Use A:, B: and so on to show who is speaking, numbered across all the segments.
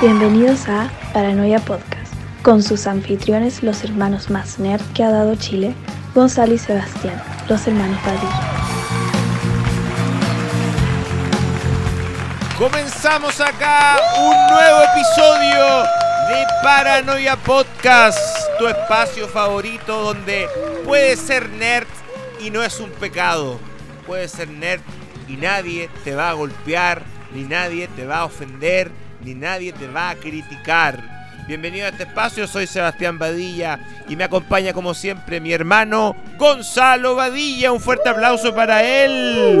A: Bienvenidos a Paranoia Podcast, con sus anfitriones, los hermanos más nerd que ha dado Chile, Gonzalo y Sebastián, los hermanos Padilla.
B: Comenzamos acá un nuevo episodio de Paranoia Podcast, tu espacio favorito donde puedes ser nerd y no es un pecado. Puedes ser nerd y nadie te va a golpear, ni nadie te va a ofender, ni nadie te va a criticar. Bienvenido a este espacio, soy Sebastián Badilla y me acompaña como siempre mi hermano Gonzalo Badilla. Un fuerte aplauso para él.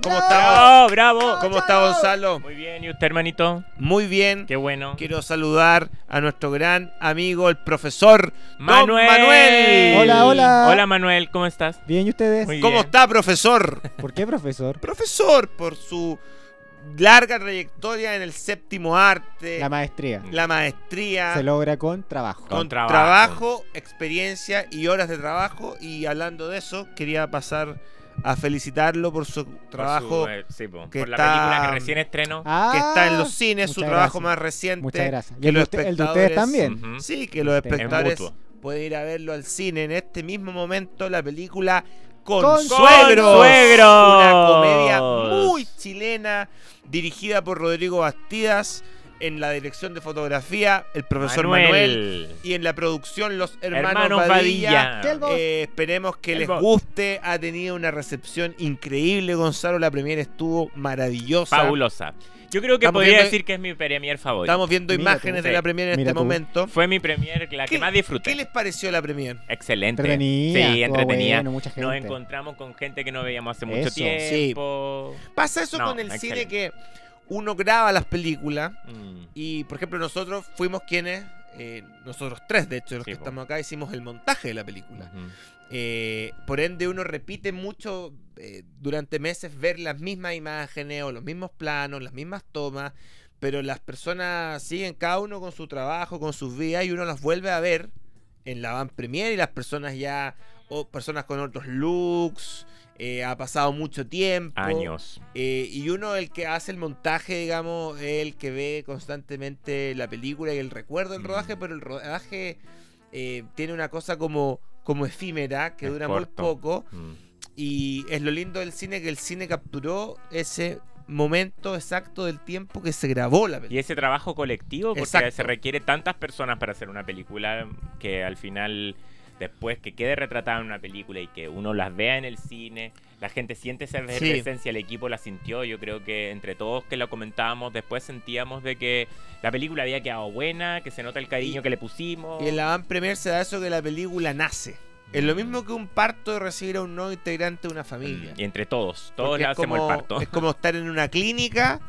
B: ¿Cómo estamos?
C: ¡Bravo, bravo!
B: ¿Cómo está Gonzalo?
C: Muy bien, ¿y usted, hermanito?
B: Muy bien.
C: Qué bueno.
B: Quiero saludar a nuestro gran amigo, el profesor Don
C: ¡Manuel!
B: Manuel.
D: Hola, hola.
C: Hola, Manuel, ¿cómo estás?
D: Bien, ¿y ustedes?
C: Muy
B: ¿Cómo
C: bien.
B: está, profesor?
D: ¿Por qué, profesor?
B: profesor, por su larga trayectoria en el séptimo arte,
D: La
B: la,
D: maestría
B: maestría,
D: se logra con trabajo.
B: ah, con
C: Con
B: trabajo.
C: trabajo.
B: experiencia y horas de trabajo. Y hablando de eso, quería pasar a felicitarlo por su trabajo
C: Por, su, eh, sí, po,
B: que
C: por la
B: está-
C: película que recién estrenó.
D: Ah,
B: que está en los cines, su
D: muchas
B: trabajo
D: gracias.
B: más reciente.
D: Muchas gracias. Y
B: que
D: el de,
B: los
D: usted- el de
B: espectadores-
D: ustedes también.
C: Ujú.
B: Sí, que los
D: Ustedes.
B: espectadores
C: Es mutuo.
B: pueden ir a verlo al cine en este mismo momento, la película Consuegros.
D: Consuegros.
B: Una
C: Consuegros.
B: comedia muy chilena, dirigida por Rodrigo Bastidas, en la dirección de fotografía, el profesor Manuel, y en la producción los hermanos,
C: Hermanos
B: Badilla.
C: Padilla.
D: Que el bo-
B: Eh, esperemos que
C: El
B: les
C: bot.
B: guste. Ha tenido una recepción increíble, Gonzalo. La primera estuvo maravillosa.
C: Fabulosa. Yo creo que
B: Estamos
C: podría
B: viendo-
C: decir que es mi premier favorito.
B: Estamos viendo
D: Mira
B: imágenes
C: tú.
B: de la
C: Sí.
B: premier en
D: Mira
B: este
D: tú.
B: momento.
C: Fue mi premier, la
B: ¿Qué-
C: que más disfruté.
B: ¿Qué les pareció la premier?
C: Excelente.
D: Entretenida,
C: sí,
D: estuvo
C: entretenida.
D: bueno, mucha
C: Nos
D: gente.
C: encontramos con gente que no veíamos hace mucho
D: Eso.
C: tiempo.
B: Pasa eso
C: No,
B: con el cine
C: excelente.
B: que uno graba las películas
C: Mm.
B: y, por ejemplo, nosotros fuimos quienes, eh, nosotros tres, de hecho, los
C: Sí,
B: que
C: po.
B: estamos acá, hicimos el montaje de la película.
C: Ujú.
B: Eh, por ende, uno repite mucho eh, durante meses ver las mismas imágenes o los mismos planos, las mismas tomas, pero las personas siguen cada uno con su trabajo, con sus vidas y uno las vuelve a ver en la van premier y las personas ya, o personas con otros looks, eh, ha pasado mucho tiempo.
C: Años.
B: Eh, y uno, el que hace el montaje, digamos, es el que ve constantemente la película y el recuerdo del
C: Mm.
B: rodaje, pero el rodaje eh, tiene una cosa como, como efímera, que
C: Es
B: dura
C: corto.
B: muy poco.
C: Mm.
B: Y es lo lindo del cine, que el cine capturó ese momento exacto del tiempo que se grabó la
C: Y
B: película.
C: ese trabajo colectivo, porque
B: Exacto.
C: se requiere tantas personas para hacer una película que al final, después que quede retratada en una película y que uno las vea en el cine, la gente siente esa presencia, el equipo la sintió. Yo creo que entre todos que lo comentábamos, después sentíamos de que la película había quedado buena, que se nota el cariño
B: Y-
C: que le pusimos.
B: Y en la van premier se da eso que la película nace. Es lo mismo que un parto de recibir a un nuevo integrante de una familia.
C: Mm, Y entre todos, todos
B: Porque
C: le
B: es
C: hacemos
B: como-
C: el parto.
B: Es como estar en una clínica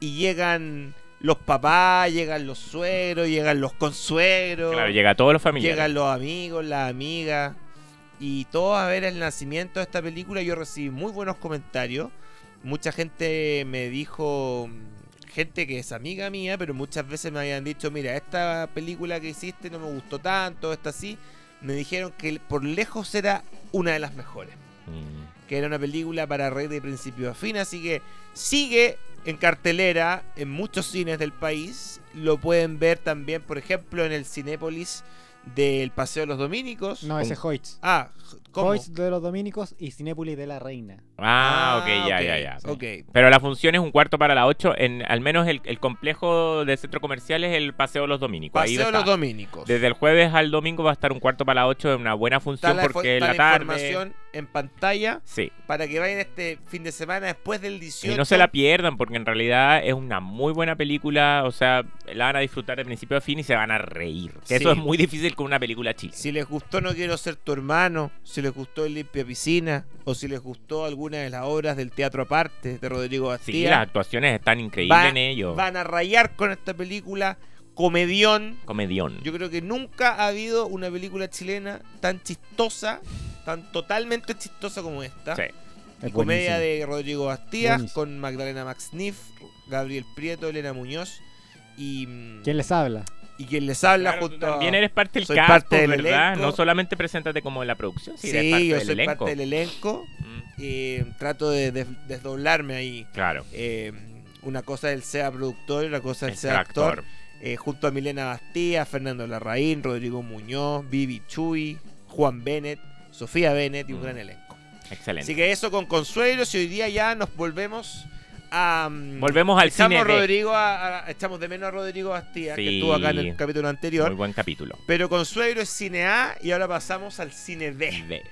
B: y llegan los papás, llegan los suegros, llegan los consuegros,
C: Claro, llega a todos los familiares.
B: llegan los amigos, las amigas. Y todos a ver el nacimiento de esta película. Yo recibí muy buenos comentarios. Mucha gente me dijo, gente que es amiga mía, pero muchas veces me habían dicho, mira, esta película que hiciste no me gustó tanto, esta sí. Me dijeron que por lejos era una de las mejores
C: Mm.
B: que era una película para reír de principio a fin, así que sigue en cartelera en muchos cines del país. Lo pueden ver también, por ejemplo, en el Cinépolis del Paseo de los Dominicos.
D: No, ese es Hoyts.
B: Ah, ¿cómo?
D: Hoyts de los Dominicos y Cinépolis de la Reina.
C: Ah, ok, ya,
B: ok,
C: ya, ya.
B: Ok.
C: Pero la función es un cuarto para las 8. En, al menos el, el complejo de centro comercial es el Paseo de los Dominicos. Ahí
B: Paseo de
C: está.
B: los Dominicos.
C: Desde el jueves al domingo va a estar un cuarto para las 8. Es una buena
B: Está
C: función
B: la, info-
C: porque
B: está
C: la,
B: la
C: tarde.
B: información en pantalla
C: Sí.
B: para que vayan este fin de semana después del 18.
C: Y no se la pierdan porque en realidad es una muy buena película. O sea, la van a disfrutar de principio a fin y se van a reír. Que Eso es
B: Sí.
C: muy difícil con una película chile.
B: Si les gustó No Quiero Ser Tu Hermano, si les gustó El Limpia Piscina, o si les gustó alguna de las obras del Teatro Aparte de Rodrigo
C: Sí,
B: Bastía.
C: las actuaciones están increíbles
B: Va-
C: en ello.
B: van a rayar con esta película. Comedión.
C: Comedión.
B: Yo creo que nunca ha habido una película chilena tan chistosa, tan totalmente chistosa como esta.
C: Sí.
B: Y
D: Es
B: comedia
D: buenísimo.
B: de Rodrigo Bastías
D: Buenísimo.
B: con Magdalena Maxniff, Gabriel Prieto, Elena Muñoz y mm,
D: ¿Quién les habla?
B: y quien les habla
C: Claro, tú
B: junto
C: también
B: a...
C: eres parte del
B: soy
C: cast,
B: parte del
C: ¿verdad?
B: elenco.
C: No solamente preséntate como en la producción, sí,
B: Sí,
C: eres parte
B: yo
C: del
B: soy
C: elenco.
B: parte del elenco.
C: Mm,
B: Eh, trato de des- desdoblarme ahí.
C: claro.
B: Eh, Una cosa del SEA productor y otra cosa del SEA
C: Exacto.
B: actor. Eh, junto a Milena Bastía, Fernando Larraín, Rodrigo Muñoz, Vivi Chuy, Juan Bennett, Sofía Bennett y un
C: Mm.
B: gran elenco.
C: Excelente.
B: Así que eso con consuelo. Si hoy día ya nos volvemos a. mm,
C: Volvemos al
B: echamos,
C: cine.
B: a
C: de-
B: Rodrigo a- a- echamos de menos a Rodrigo Bastía, que
C: Sí.
B: estuvo acá en el capítulo anterior.
C: Muy buen capítulo.
B: Pero Consuelo es cine A y ahora pasamos al cine B.
C: De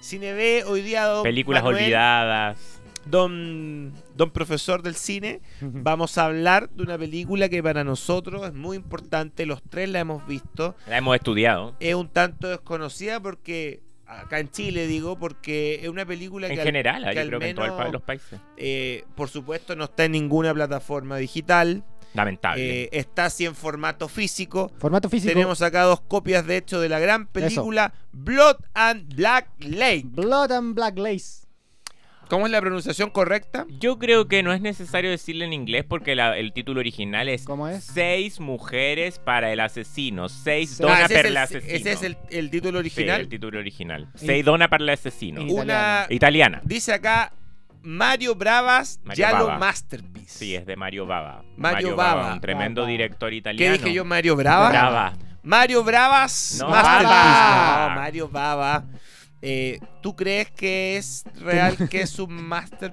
B: Cine B hoy día don
C: Mm. películas
B: Eh, Manuel,
C: olvidadas.
B: Don, don profesor del cine,
C: Mm.
B: vamos a hablar de una película que para nosotros es muy importante, los tres la hemos visto,
C: La hemos estudiado.
B: es un tanto desconocida porque, acá en Chile digo, porque es una película
C: En
B: que al-
C: general,
B: que
C: yo
B: al
C: creo que en todos
B: menos-
C: los países.
B: eh, por supuesto no está en ninguna plataforma digital,
C: Lamentable.
B: eh, está así en formato físico,
D: Formato físico.
B: Tenemos acá dos copias, de hecho, de la gran película Blood and Black Lake.
D: Blood and Black Lace.
B: ¿Cómo es la pronunciación correcta?
C: Yo creo que no es necesario decirlo en inglés porque la- el título original es
D: ¿Cómo es?
C: Seis mujeres para el asesino. Seis
D: Ah,
C: dona
B: ese es
C: para
B: el,
C: el asesino.
B: ese es el, el título
C: Sí,
B: original.
C: el título original. Seis dona para el asesino.
D: Y-
B: Una
C: Italiana.
B: dice acá Mario Bravas
C: Mario
B: Yalo
C: Bava.
B: Masterpiece.
C: Sí, es de Mario Bava.
B: Mario Bava.
C: un tremendo
D: Bava.
C: director
B: ¿Qué
C: italiano.
B: dije yo, Mario Brava?
C: Brava.
B: Mario Bravas
C: No,
B: Masterpiece.
C: Bava.
B: No, Mario Bava. Eh, ¿Tú crees que es real que es un master,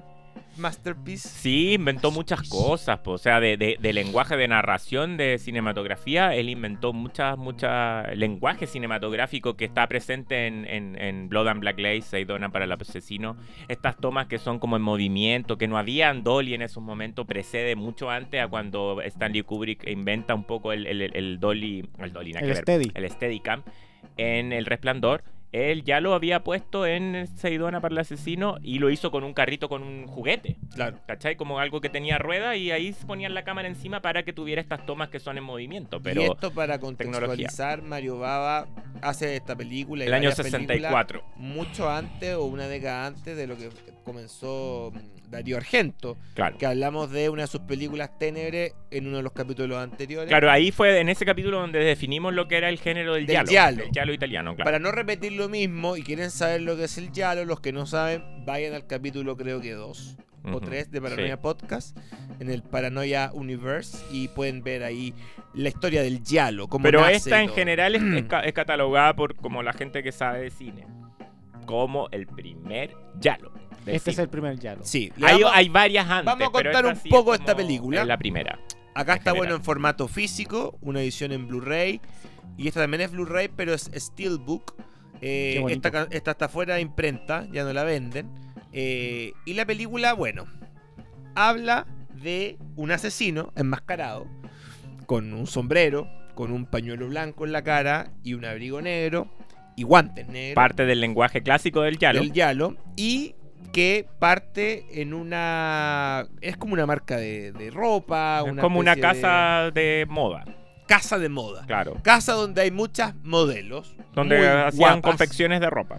B: masterpiece?
C: Sí, inventó muchas cosas, po. o sea, de, de- de lenguaje de narración, de cinematografía, él inventó muchas, muchas lenguaje cinematográfico que está presente en, en- en Blood and Black Lace, Seidona para el asesino. Estas tomas que son como en movimiento, que no había dolly en esos momentos, precede mucho antes a cuando Stanley Kubrick inventa un poco el, el- el- el dolly, el dolly, nada
D: El
C: que ver,
D: steady.
C: el steadicam en El Resplandor. Él ya lo había puesto en Seidona para el asesino y lo hizo con un carrito con un juguete.
B: Claro.
C: ¿Cachai? Como algo que tenía rueda y ahí se ponían la cámara encima para que tuviera estas tomas que son en movimiento. Pero
B: y esto para
C: tecnología.
B: contextualizar, Mario Bava hace esta película. y
C: el año
B: varias películas
C: 64.
B: Mucho antes o una década antes de lo que comenzó mm, Darío Argento,
C: Claro.
B: que hablamos de una de sus películas Ténebre en uno de los capítulos anteriores.
C: Claro, ahí fue en ese capítulo donde definimos lo que era el género del
B: Del
C: giallo.
B: giallo.
C: Del giallo italiano, claro.
B: Para no repetir lo mismo y quieren saber lo que es el Yalo, los que no saben, vayan al capítulo creo que 2 o
C: Ujú.
B: 3 de Paranoia Podcast en el Paranoia Universe y pueden ver ahí la historia del Yalo. cómo
C: Pero
B: nace
C: esta
B: y
C: en
B: todo.
C: general es, es ca- es catalogada por como la gente que sabe de cine. Como el primer giallo. del
D: Este es
C: cine.
D: el primer Yalo.
B: Sí, le
C: Hay,
B: vamos-
C: hay varias antes.
B: vamos a
C: pero
B: contar
C: esta
B: un
C: sí
B: poco
C: es
B: esta
C: como-
B: película.
C: es la primera.
B: Acá
C: en
B: está bueno
C: general.
B: en formato físico, una edición en Blu-ray. Y esta también es Blu-ray, pero es Steelbook. Eh,
D: Qué bonito.
B: esta, ca- esta está fuera de imprenta, ya no la venden. Eh, y la película, bueno, habla de un asesino enmascarado, con un sombrero, con un pañuelo blanco en la cara y un abrigo negro y guantes negros
C: Parte del lenguaje clásico del giallo.
B: del Yalo y que parte en una... es como una marca de, de ropa.
C: Es como una
B: especie de-
C: casa de moda.
B: casa de moda.
C: Claro.
B: Casa donde hay muchas modelos.
C: Donde
B: muy
C: hacían
B: guapas,
C: confecciones de ropa.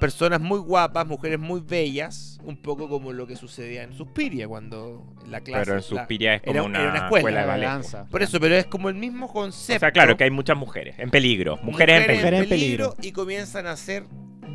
B: Personas muy guapas, mujeres muy bellas. Un poco como lo que sucedía en Suspiria cuando la clase.
C: Pero en
B: la-
C: Suspiria es como
B: era-
C: una,
B: era una escuela.
C: escuela, de
D: La
C: ballet.
D: danza.
B: Por eso, pero es como el mismo concepto.
C: O sea, claro que hay muchas mujeres en peligro. Mujeres, en peligro.
D: Mujeres en peligro.
B: Y comienzan a ser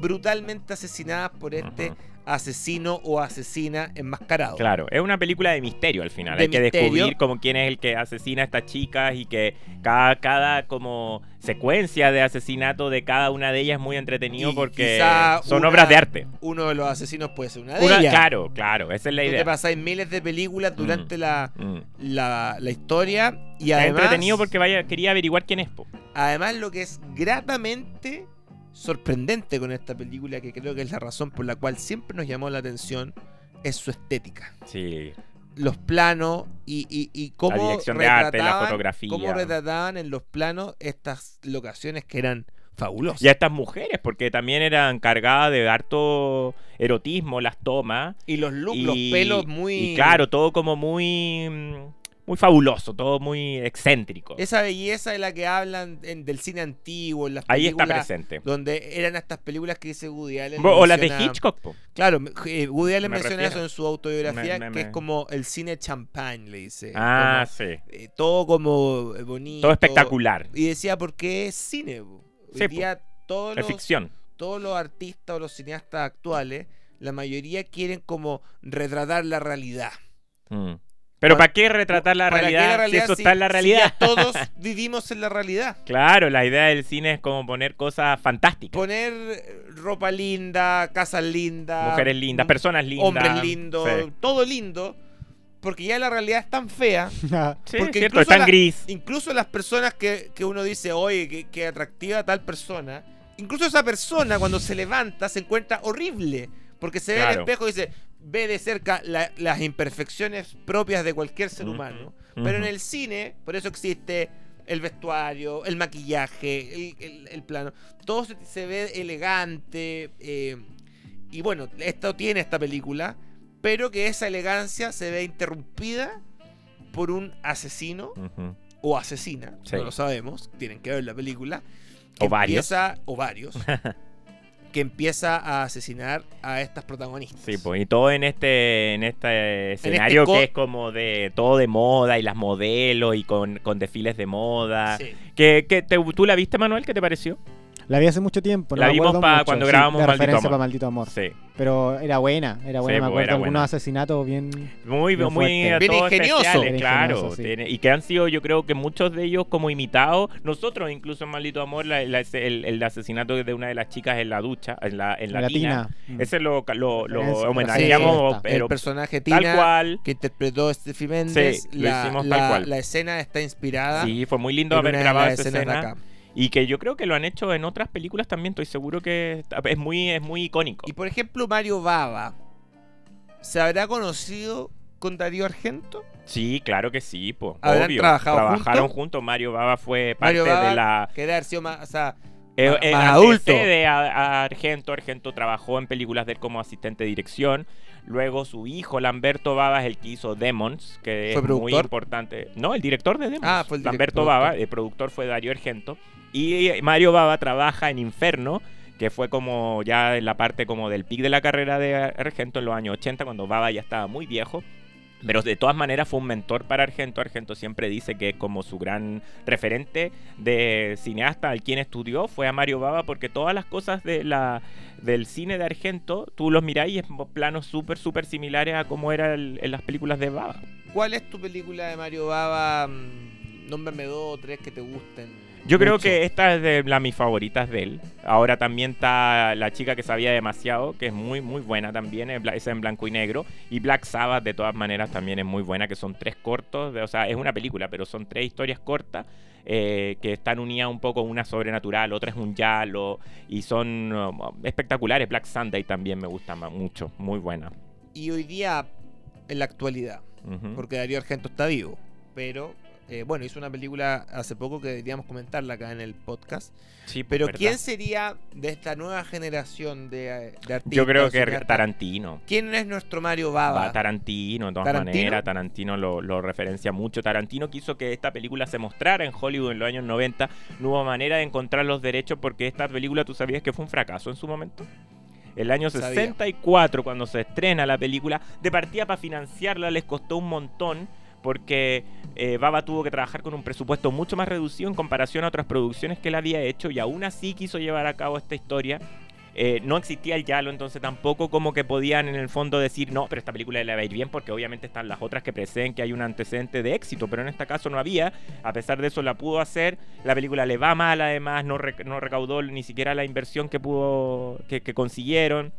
B: brutalmente asesinadas por este
C: Ujú.
B: asesino o asesina enmascarado.
C: Claro, es una película de misterio al final.
B: De
C: hay que
B: misterio.
C: descubrir como quién es el que asesina a estas chicas y que cada, cada como secuencia de asesinato de cada una de ellas es muy entretenido
B: Y
C: porque
B: quizá
C: son
B: una-
C: obras de arte.
B: Uno de los asesinos puede ser una de
C: Una-
B: ellas.
C: claro, claro, esa es la
B: Tú
C: idea.
B: te pasáis miles de películas durante la,
C: Mm.
B: la, la historia y
C: es
B: además.
C: entretenido porque vaya, quería averiguar quién es. po.
B: Además, lo que es gratamente sorprendente con esta película, que creo que es la razón por la cual siempre nos llamó la atención, es su estética.
C: Sí,
B: Los planos y, y, y cómo
C: dirección de arte, la
B: retrataban-
C: fotografía.
B: Cómo retrataban en los planos estas locaciones que eran fabulosas.
C: Y a pues, estas mujeres, porque también eran cargadas de harto erotismo las tomas.
B: Y los looks,
C: y,
B: los pelos muy.
C: Y claro, todo como muy. mm, Muy fabuloso, todo muy excéntrico.
B: Esa belleza de la que hablan en- del cine antiguo, en las
C: Ahí está
B: películas
C: presente.
B: Donde eran estas películas que dice Woody Allen.
C: Bo- O las de
B: menciona-
C: Hitchcock, po.
B: Claro, me- eh, Woody Allen
C: Me
B: menciona
C: refiero.
B: eso en su autobiografía,
C: Me- me-
B: que es
C: me-
B: como el cine champagne, le dice.
C: Ah, sí.
B: eh, Como, eh, todo como eh, bonito.
C: Todo espectacular.
B: Y decía, porque es cine. po. Hoy
C: Sí, po.
B: día todos
C: Es
B: los,
C: ficción.
B: todos los artistas o los cineastas actuales, la mayoría quieren como retratar la realidad.
C: Mm. Pero ¿para qué retratar la
B: ¿Para qué
C: realidad, si eso
B: si-
C: está en la
B: si
C: realidad?
B: ya todos vivimos en la realidad.
C: Claro, la idea del cine es como poner cosas fantásticas.
B: Poner eh, ropa linda, casas lindas.
C: Mujeres lindas,
B: mm,
C: personas lindas.
B: Hombres lindos,
C: Sí.
B: todo lindo. Porque ya la realidad es tan fea.
C: Sí,
B: Porque
C: es cierto,
B: incluso
C: están
B: la-
C: gris.
B: Incluso las personas que, que uno dice, oye, qué, qué atractiva tal persona. Incluso esa persona cuando se levanta se encuentra horrible. Porque se ve en el
C: Claro.
B: espejo y dice, ve de cerca la- las imperfecciones propias de cualquier ser
C: Ujú,
B: humano. Pero en
C: ujú.
B: el cine, por eso existe el vestuario, el maquillaje, el, el- el plano. Todo se, se ve elegante. eh, y bueno, esto tiene esta película. Pero que esa elegancia se ve interrumpida por un asesino
C: Ujú.
B: o asesina,
C: Sí.
B: no lo sabemos, tienen que ver la película.
C: O varios.
B: Empieza, o varios. que empieza a asesinar a estas protagonistas.
C: Sí, pues, y todo en este, en este escenario
B: co-
C: que es como de todo de moda y las modelos y con, con desfiles de moda.
B: Sí.
C: ¿Qué, qué te- ¿Tú la viste, Manuel? ¿Qué te pareció?
D: La vi hace mucho tiempo. No
C: La
D: me
C: vimos
D: acuerdo
C: pa-
D: mucho.
C: cuando
D: Sí,
C: grabamos
D: la
C: Maldito
D: referencia
C: Amor.
D: para Maldito Amor.
C: Sí.
D: Pero era buena,
C: Sí,
D: era buena. me
C: pues,
D: acuerdo
C: era
D: algunos
C: buena.
D: asesinatos bien.
C: Muy,
D: Bien
C: muy,
D: fuerte.
C: a
B: Bien
C: todos
B: ingenioso.
C: especiales,
D: Bien
C: claro.
D: ingenioso, sí.
C: tiene- y que han sido, yo creo que muchos de ellos como imitados. Nosotros, incluso en Maldito Amor, la- la- el, el asesinato de una de las chicas en la ducha, en la, en la tina.
D: latina. Mm.
C: Ese lo, lo, lo
D: Referencia,
C: homenajeamos,
D: sí.
C: pero
B: el
C: tal
B: personaje Tina,
C: cual.
B: que interpretó Steffi Méndez,
C: Sí, lo
B: la,
C: hicimos
B: la-
C: tal cual.
B: la escena está inspirada
C: Sí, fue muy
B: en
C: lindo
B: una
C: haber
B: de
C: grabado
B: las
C: esa
B: escenas de
C: escena.
B: acá.
C: Y que yo creo que lo han hecho en otras películas también, estoy seguro que está- es muy, es muy icónico.
B: Y por ejemplo, Mario Baba, ¿se habrá conocido con Darío Argento?
C: Sí, claro que sí, pues.
B: ¿Habrán
C: obvio.
B: trabajado
C: Trabajaron
B: juntos?
C: Mario Baba fue parte
B: Mario Baba,
C: de la...
B: que debe haber sido más, o sea,
C: eh,
B: más-
C: eh,
B: más
C: antecede
B: adulto.
C: A, a Argento, Argento trabajó en películas de él como asistente de dirección. Luego su hijo, Lamberto Baba, es el que hizo Demons, que
B: ¿Fue
C: es muy
B: productor?
C: importante. No, el director de Demons.
B: Ah, fue el
C: Lamberto
B: director,
C: Baba,
B: productor.
C: el productor fue Darío Argento. Y eh, Mario Baba trabaja en Inferno, que fue como ya en la parte como del pic de la carrera de Argento en los años 80, cuando Baba ya estaba muy viejo. Pero de todas maneras fue un mentor para Argento. Argento siempre dice que es como su gran referente de cineasta, al quien estudió, fue a Mario Baba, porque todas las cosas de la, del cine de Argento, tú los mirás y es como planos súper, súper similares a como era el- en las películas de Baba.
B: ¿Cuál es tu película de Mario Baba? Mm, Nómbrame dos o tres que te gusten.
C: Yo creo
B: mucho.
C: que esta es de las mis favoritas de él. Ahora también está La chica que sabía demasiado, que es muy, muy buena también. es bla- Esa en blanco y negro. Y Black Sabbath, de todas maneras, también es muy buena, que son tres cortos. de- o sea, es una película, pero son tres historias cortas eh, que están unidas un poco. Una sobrenatural, otra es un yalo. Y son um, espectaculares. Black Sunday también me gusta ma- mucho. Muy buena.
B: Y hoy día, en la actualidad,
C: Ujú.
B: porque Darío Argento está vivo, pero eh, bueno, hizo una película hace poco que deberíamos comentarla acá en el podcast.
C: Sí, pues,
B: Pero
C: ¿verdad?
B: ¿quién sería de esta nueva generación de, eh, de artistas?
C: Yo creo que
B: cineastas?
C: Tarantino.
B: ¿Quién es nuestro Mario
C: Va
B: Baba?
C: Tarantino, de todas
B: ¿Tarantino?
C: maneras, Tarantino lo, lo referencia mucho. Tarantino quiso que esta película se mostrara en Hollywood en los años 90. No hubo manera de encontrar los derechos porque esta película, ¿tú sabías que fue un fracaso en su momento? El año
B: Sabía.
C: 64, cuando se estrena la película, de partida para financiarla les costó un montón porque eh, Baba tuvo que trabajar con un presupuesto mucho más reducido en comparación a otras producciones que él había hecho y aún así quiso llevar a cabo esta historia. Eh, no existía el Yalo, entonces tampoco como que podían en el fondo decir, no, pero esta película le va a ir bien porque obviamente están las otras que preceden que hay un antecedente de éxito, pero en este caso no había, a pesar de eso la pudo hacer, la película le va mal además, no, rec- no recaudó ni siquiera la inversión que pudo, que, que consiguieron,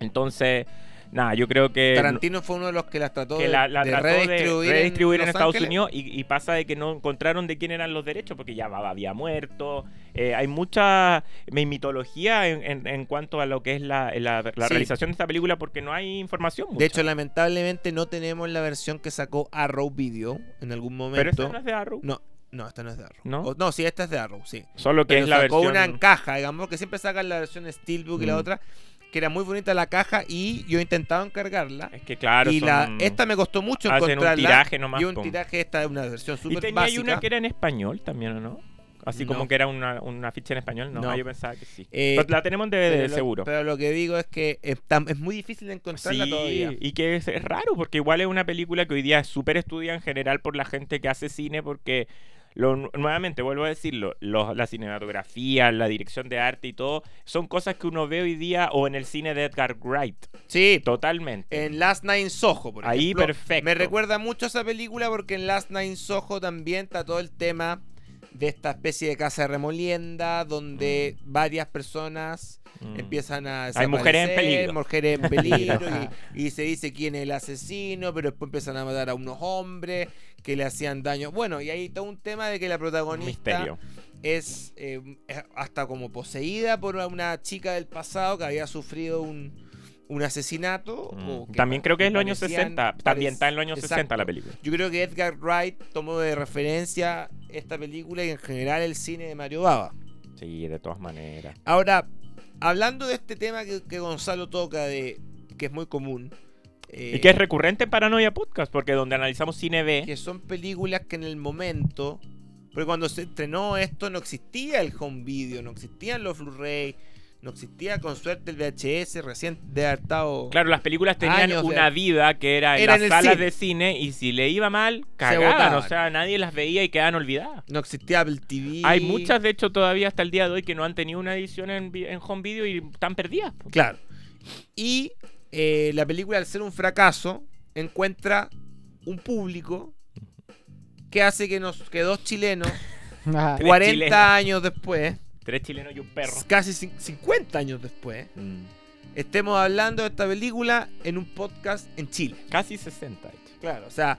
C: entonces, nada, yo creo que...
B: Tarantino fue uno de los que las trató
C: eh, que
B: de,
C: la, la
B: de
C: trató
B: redistribuir,
C: de redistribuir en,
B: Los
C: Estados
B: Ángeles.
C: Unidos y, y pasa de que no encontraron de quién eran los derechos porque ya Baba había muerto. Eh, hay mucha mi- mitología en, en- en cuanto a lo que es la, la- la
B: Sí.
C: realización de esta película porque no hay información. mucha.
B: De hecho, lamentablemente no tenemos la versión que sacó Arrow Video en algún
C: pero
B: momento.
C: esta no es de Arrow.
B: No, no, esta no es de Arrow.
C: ¿No?
B: O- no, sí, esta es de Arrow, sí.
C: Solo que
B: Pero
C: es la
B: sacó
C: versión.
B: una en caja, digamos, que siempre sacan la versión Steelbook y la
C: Mm.
B: otra, que era muy bonita la caja y yo he intentado encargarla.
C: Es que claro,
B: y la,
C: son-
B: esta me costó mucho
C: hacen
B: encontrarla.
C: un tiraje nomás.
B: y un
C: po.
B: tiraje, esta es una versión
C: Y
B: súper
C: tenía
B: básica.
C: una que era en español también, ¿o no? Así
B: No.
C: como que era una, una ficha en español, no,
B: No.
C: ah, yo pensaba que sí.
B: Eh,
C: Pero la tenemos en DVD,
B: pero lo-
C: seguro.
B: Pero lo que digo es que es, tan- es muy difícil de encontrarla
C: Sí,
B: todavía.
C: y que es, es raro, porque igual es una película que hoy día es súper estudiada en general por la gente que hace cine, porque Lo- nuevamente, vuelvo a decirlo, los- la cinematografía, la dirección de arte y todo, son cosas que uno ve hoy día o en el cine de Edgar Wright,
B: Sí,
C: totalmente.
B: en Last Night in Soho, por
C: Ahí
B: ejemplo.
C: perfecto.
B: Me recuerda mucho a esa película porque en Last Night in Soho también está todo el tema de esta especie de casa de remolienda donde varias personas
C: Mm.
B: empiezan a
C: Hay mujeres en
B: desaparecer,
C: peligro.
B: mujeres en peligro y, y se dice quién es el asesino pero después empiezan a matar a unos hombres que le hacían daño bueno y ahí todo un tema de que la
C: Un
B: protagonista
C: misterio.
B: es eh, es hasta como poseída por una chica del pasado que había sufrido un, un asesinato.
C: Mm.
B: o oh, que
C: También
B: pa-
C: creo que es los años
B: parecían-
C: 60. Está
B: parec-
C: ambientada en los años 60 la
B: Exacto.
C: película.
B: Yo creo que Edgar Wright tomó de referencia esta película y en general el cine de Mario Baba.
C: Sí, de todas maneras.
B: Ahora, hablando de este tema que, que Gonzalo toca, de que es muy común. eh,
C: Y que es recurrente en Paranoia Podcast, porque donde analizamos cine B,
B: que son películas que en el momento, porque cuando se estrenó esto no existía el home video, no existían los Blu-ray, no existía con suerte el VHS recién de haber estado-
C: claro, las películas tenían
B: Años de-
C: una vida que era en
B: Era
C: las
B: en el
C: salas
B: cine.
C: de cine y si le iba mal, cagaban, o
B: botaban.
C: sea, nadie las veía y quedaban olvidadas.
B: No existía Apple TV.
C: Hay muchas, de hecho, todavía hasta el día de hoy que no han tenido una edición en, vi- en home video y están perdidas. po.
B: Claro. Y eh, la película, al ser un fracaso, encuentra un público que hace que, nos, que dos chilenos,
D: Ah,
C: Tres
B: 40
C: chilenos.
B: años después,
C: Tres chilenos y un perro.
B: casi cin- 50 años después, estemos hablando de esta película en un podcast en Chile.
C: Casi 60, de hecho.
B: Claro, o sea,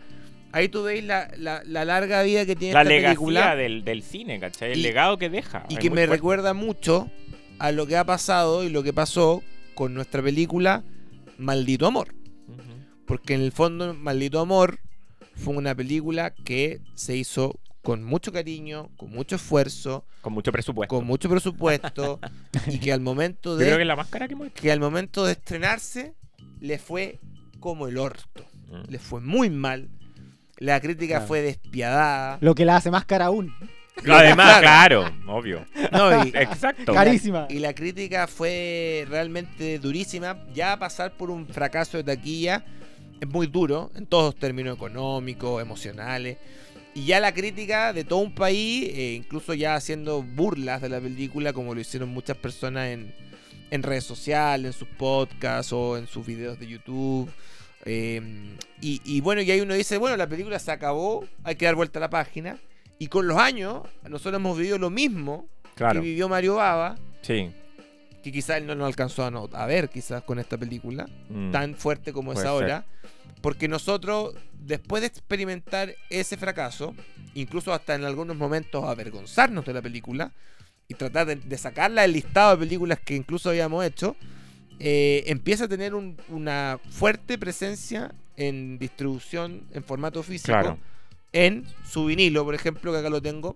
B: ahí tú veis la, la- la larga vida que tiene
C: La
B: esta
C: legacía
B: película
C: del, del cine, ¿cachai? El
B: Y-
C: legado que deja.
B: y
C: Es
B: que
C: muy
B: me
C: fuerte.
B: recuerda mucho a lo que ha pasado y lo que pasó con nuestra película Maldito Amor.
C: Ujú.
B: Porque en el fondo Maldito Amor fue una película que se hizo con mucho cariño, con mucho esfuerzo,
C: Con mucho presupuesto.
B: con mucho presupuesto y que al momento
C: Yo creo que
B: de
C: es la más cara que hemos hecho.
B: que al momento de estrenarse le fue como el orto,
C: Mm.
B: le fue muy mal. La crítica
D: Claro.
B: fue despiadada.
D: Lo que la hace más cara aún.
C: Además, claro, obvio.
B: No, y-
C: Exacto.
D: Carísima.
B: Y la crítica fue realmente durísima. Ya pasar por un fracaso de taquilla es muy duro en todos los términos económicos, emocionales. Y ya la crítica de todo un país, eh, incluso ya haciendo burlas de la película, como lo hicieron muchas personas en, en redes sociales, en sus podcasts o en sus videos de YouTube. Eh, y, y bueno, y ahí uno dice, bueno, la película se acabó, hay que dar vuelta a la página. Y con los años, nosotros hemos vivido lo mismo
C: Claro,
B: que vivió Mario Baba,
C: sí.
B: que quizás él no lo alcanzó a, no- a ver quizás con esta película,
C: Mm.
B: tan fuerte como es
C: Puede
B: ahora, porque nosotros, después de experimentar ese fracaso, incluso hasta en algunos momentos avergonzarnos de la película, y tratar de, de sacarla del listado de películas que incluso habíamos hecho, eh, empieza a tener un- una fuerte presencia en distribución en formato físico,
C: Claro.
B: en su vinilo, por ejemplo, que acá lo tengo,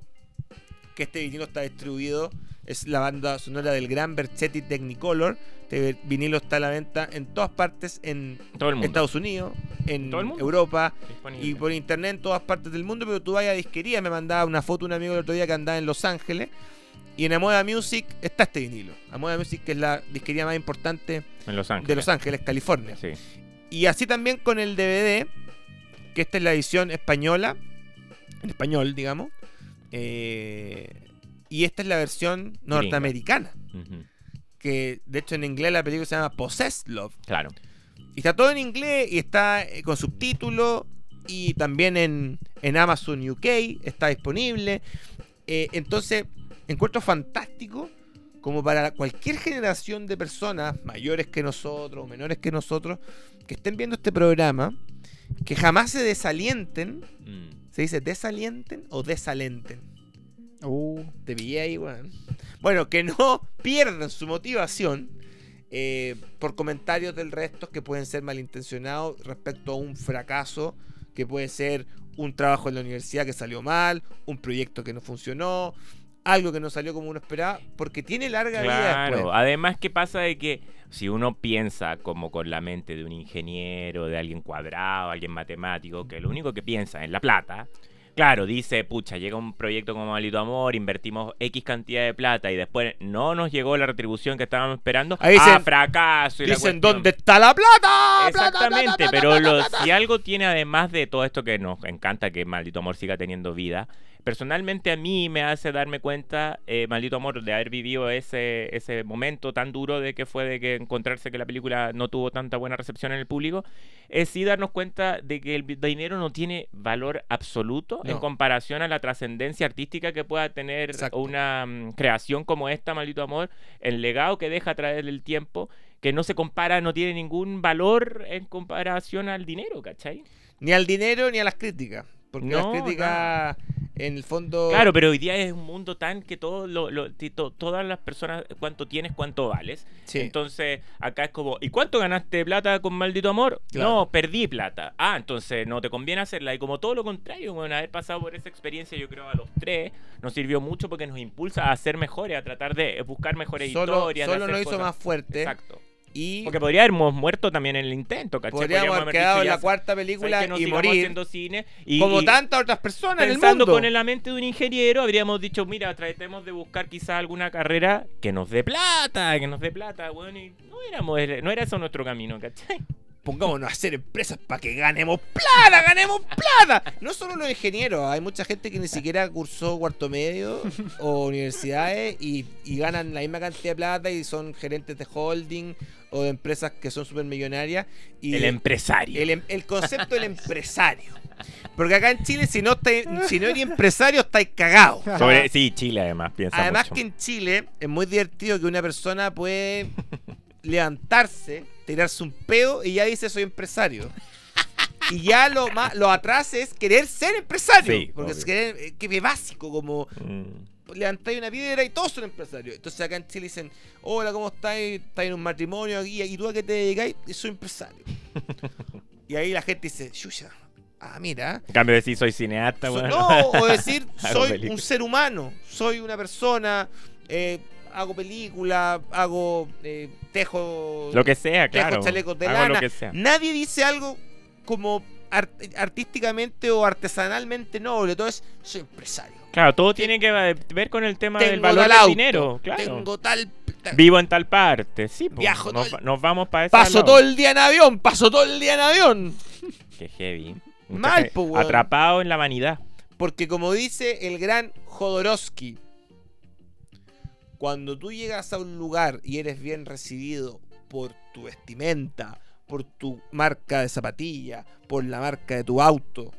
B: que este vinilo está distribuido, es la banda sonora del gran Berchetti Technicolor. Este vinilo está a la venta en todas partes, en
C: Todo el mundo.
B: Estados Unidos, en
C: Todo el mundo.
B: Europa
C: disponible.
B: y por internet en todas partes del mundo, pero tú vayas a disquería, me mandaba una foto un amigo el otro día que andaba en Los Ángeles. Y en Amoda Music está este vinilo. Amoda Music, que es la disquería más importante
C: En Los Ángeles.
B: de Los Ángeles, California.
C: Sí.
B: Y así también con el DVD, que esta es la edición española, en español, digamos. eh, y esta es la versión norteamericana,
C: Ujú.
B: que de hecho en inglés la película se llama Possessed Love.
C: Claro.
B: Y está todo en inglés y está eh, con subtítulos y también en, en Amazon UK está disponible. Eh, entonces, encuentro fantástico como para cualquier generación de personas, mayores que nosotros, menores que nosotros, que estén viendo este programa, que jamás se desalienten.
C: Mm.
B: ¿Se dice desalienten o desalenten?
D: Uh,
B: Te pillé ahí, weón. Bueno, que no pierdan su motivación eh, por comentarios del resto que pueden ser malintencionados respecto a un fracaso, que puede ser un trabajo en la universidad que salió mal, un proyecto que no funcionó, algo que no salió como uno esperaba, porque tiene larga vida
C: Claro, ah,
B: después.
C: además que pasa de que si uno piensa como con la mente de un ingeniero, de alguien cuadrado, alguien matemático, que lo único que piensa es la plata, claro, dice, pucha, llega un proyecto como Maldito Amor, invertimos X cantidad de plata y después no nos llegó la retribución que estábamos esperando,
B: Ahí dicen-
C: ah, fracaso y la
B: Dicen,
C: cuestión".
B: ¿dónde está la plata? ¡Plata, plata,
C: Exactamente,
B: plata,
C: pero
B: plata,
C: lo-
B: plata!
C: si algo tiene además de todo esto que nos encanta que Maldito Amor siga teniendo vida, personalmente a mí me hace darme cuenta, eh, maldito amor, de haber vivido ese, ese momento tan duro de que fue de que encontrarse que la película no tuvo tanta buena recepción en el público, es sí darnos cuenta de que el vi- dinero no tiene valor absoluto en
B: No.
C: comparación a la trascendencia artística que pueda tener
B: Exacto.
C: una mm, creación como esta, maldito amor, el legado que deja a través del tiempo que no se compara, no tiene ningún valor en comparación al dinero, ¿cachai?
B: Ni al dinero ni a las críticas. Porque
C: No,
B: las críticas, en el fondo.
C: Claro, pero hoy día es un mundo tan que todo lo, lo- ti- to- todas las personas, cuánto tienes, cuánto vales.
B: Sí.
C: Entonces, acá es como, ¿y cuánto ganaste de plata con maldito amor?
B: Claro.
C: No, perdí plata. Ah, entonces no te conviene hacerla. Y como todo lo contrario, bueno, haber pasado por esa experiencia, yo creo a los tres, nos sirvió mucho porque nos impulsa a ser mejores, a tratar de buscar mejores
B: solo
C: historias. de
B: solo
C: hacer
B: nos hizo
C: cosas.
B: más fuerte.
C: Exacto.
B: Y
C: Porque podríamos muerto también en el intento, ¿cachai?
B: podríamos haber
C: dicho,
B: quedado en
C: ya
B: la
C: sa-
B: cuarta
C: ¿sabes
B: película
C: qué? No
B: y
C: sigamos
B: morir.
C: haciendo cine y-
B: como
C: y-
B: tantas otras personas en el
C: Pensando
B: mundo.
C: con la mente de un ingeniero, habríamos dicho, mira, tratemos de buscar quizá alguna carrera que nos dé plata, que nos dé plata, bueno, y no, éramos, no era eso nuestro camino, ¿cachai?
B: Pongámonos a hacer empresas para que ganemos plata, ganemos plata. No solo los ingenieros, hay mucha gente que ni siquiera cursó cuarto medio o universidades y, y ganan la misma cantidad de plata y son gerentes de holding o de empresas que son súper millonarias. Y
C: El empresario.
B: El, em- el concepto del empresario. Porque acá en Chile, si no, estáis- si no eres empresario, estáis cagados.
C: Sobre- sí, Chile además, piensa
B: Además
C: mucho.
B: que en Chile es muy divertido que una persona puede levantarse, tirarse un pedo y ya dice soy empresario. Y ya lo más lo atrás es querer ser empresario.
C: Sí,
B: porque
C: obvio.
B: es querer, eh, que es básico, como
C: Mm.
B: levantáis una piedra y todos son empresarios. Entonces acá en Chile dicen, hola, ¿cómo estáis? ¿Estáis en un matrimonio aquí? ¿Y tú a qué te dedicáis? Y soy empresario. y ahí la gente dice, Yuya, ah, mira.
C: En cambio de decir soy cineasta,
B: So-
C: bueno.
B: No, o decir,
C: Hago
B: soy un
C: películas.
B: ser humano, soy una persona, eh, hago película, hago eh, tejo,
C: lo que sea,
B: tejo
C: claro.
B: chalecos de
C: Hago
B: lana.
C: lo que sea.
B: Nadie dice algo como ar- artísticamente o artesanalmente noble, todo es, soy empresario.
C: Claro, todo tiene que va- ver con el tema del
B: Tengo
C: valor
B: tal
C: del
B: auto,
C: dinero, claro.
B: Tengo tal... tal-
C: Vivo en tal parte, sí, po.
B: Viajo
C: nos,
B: todo el-
C: nos vamos para ese
B: Paso
C: lado.
B: todo el día en avión, paso todo el día en avión.
C: Qué heavy.
B: Mal,
C: Mucha-
B: po, weón.
C: Atrapado en la vanidad.
B: Porque como dice el gran Jodorowsky, cuando tú llegas a un lugar y eres bien recibido por tu vestimenta, por tu marca de zapatilla, por la marca de tu auto,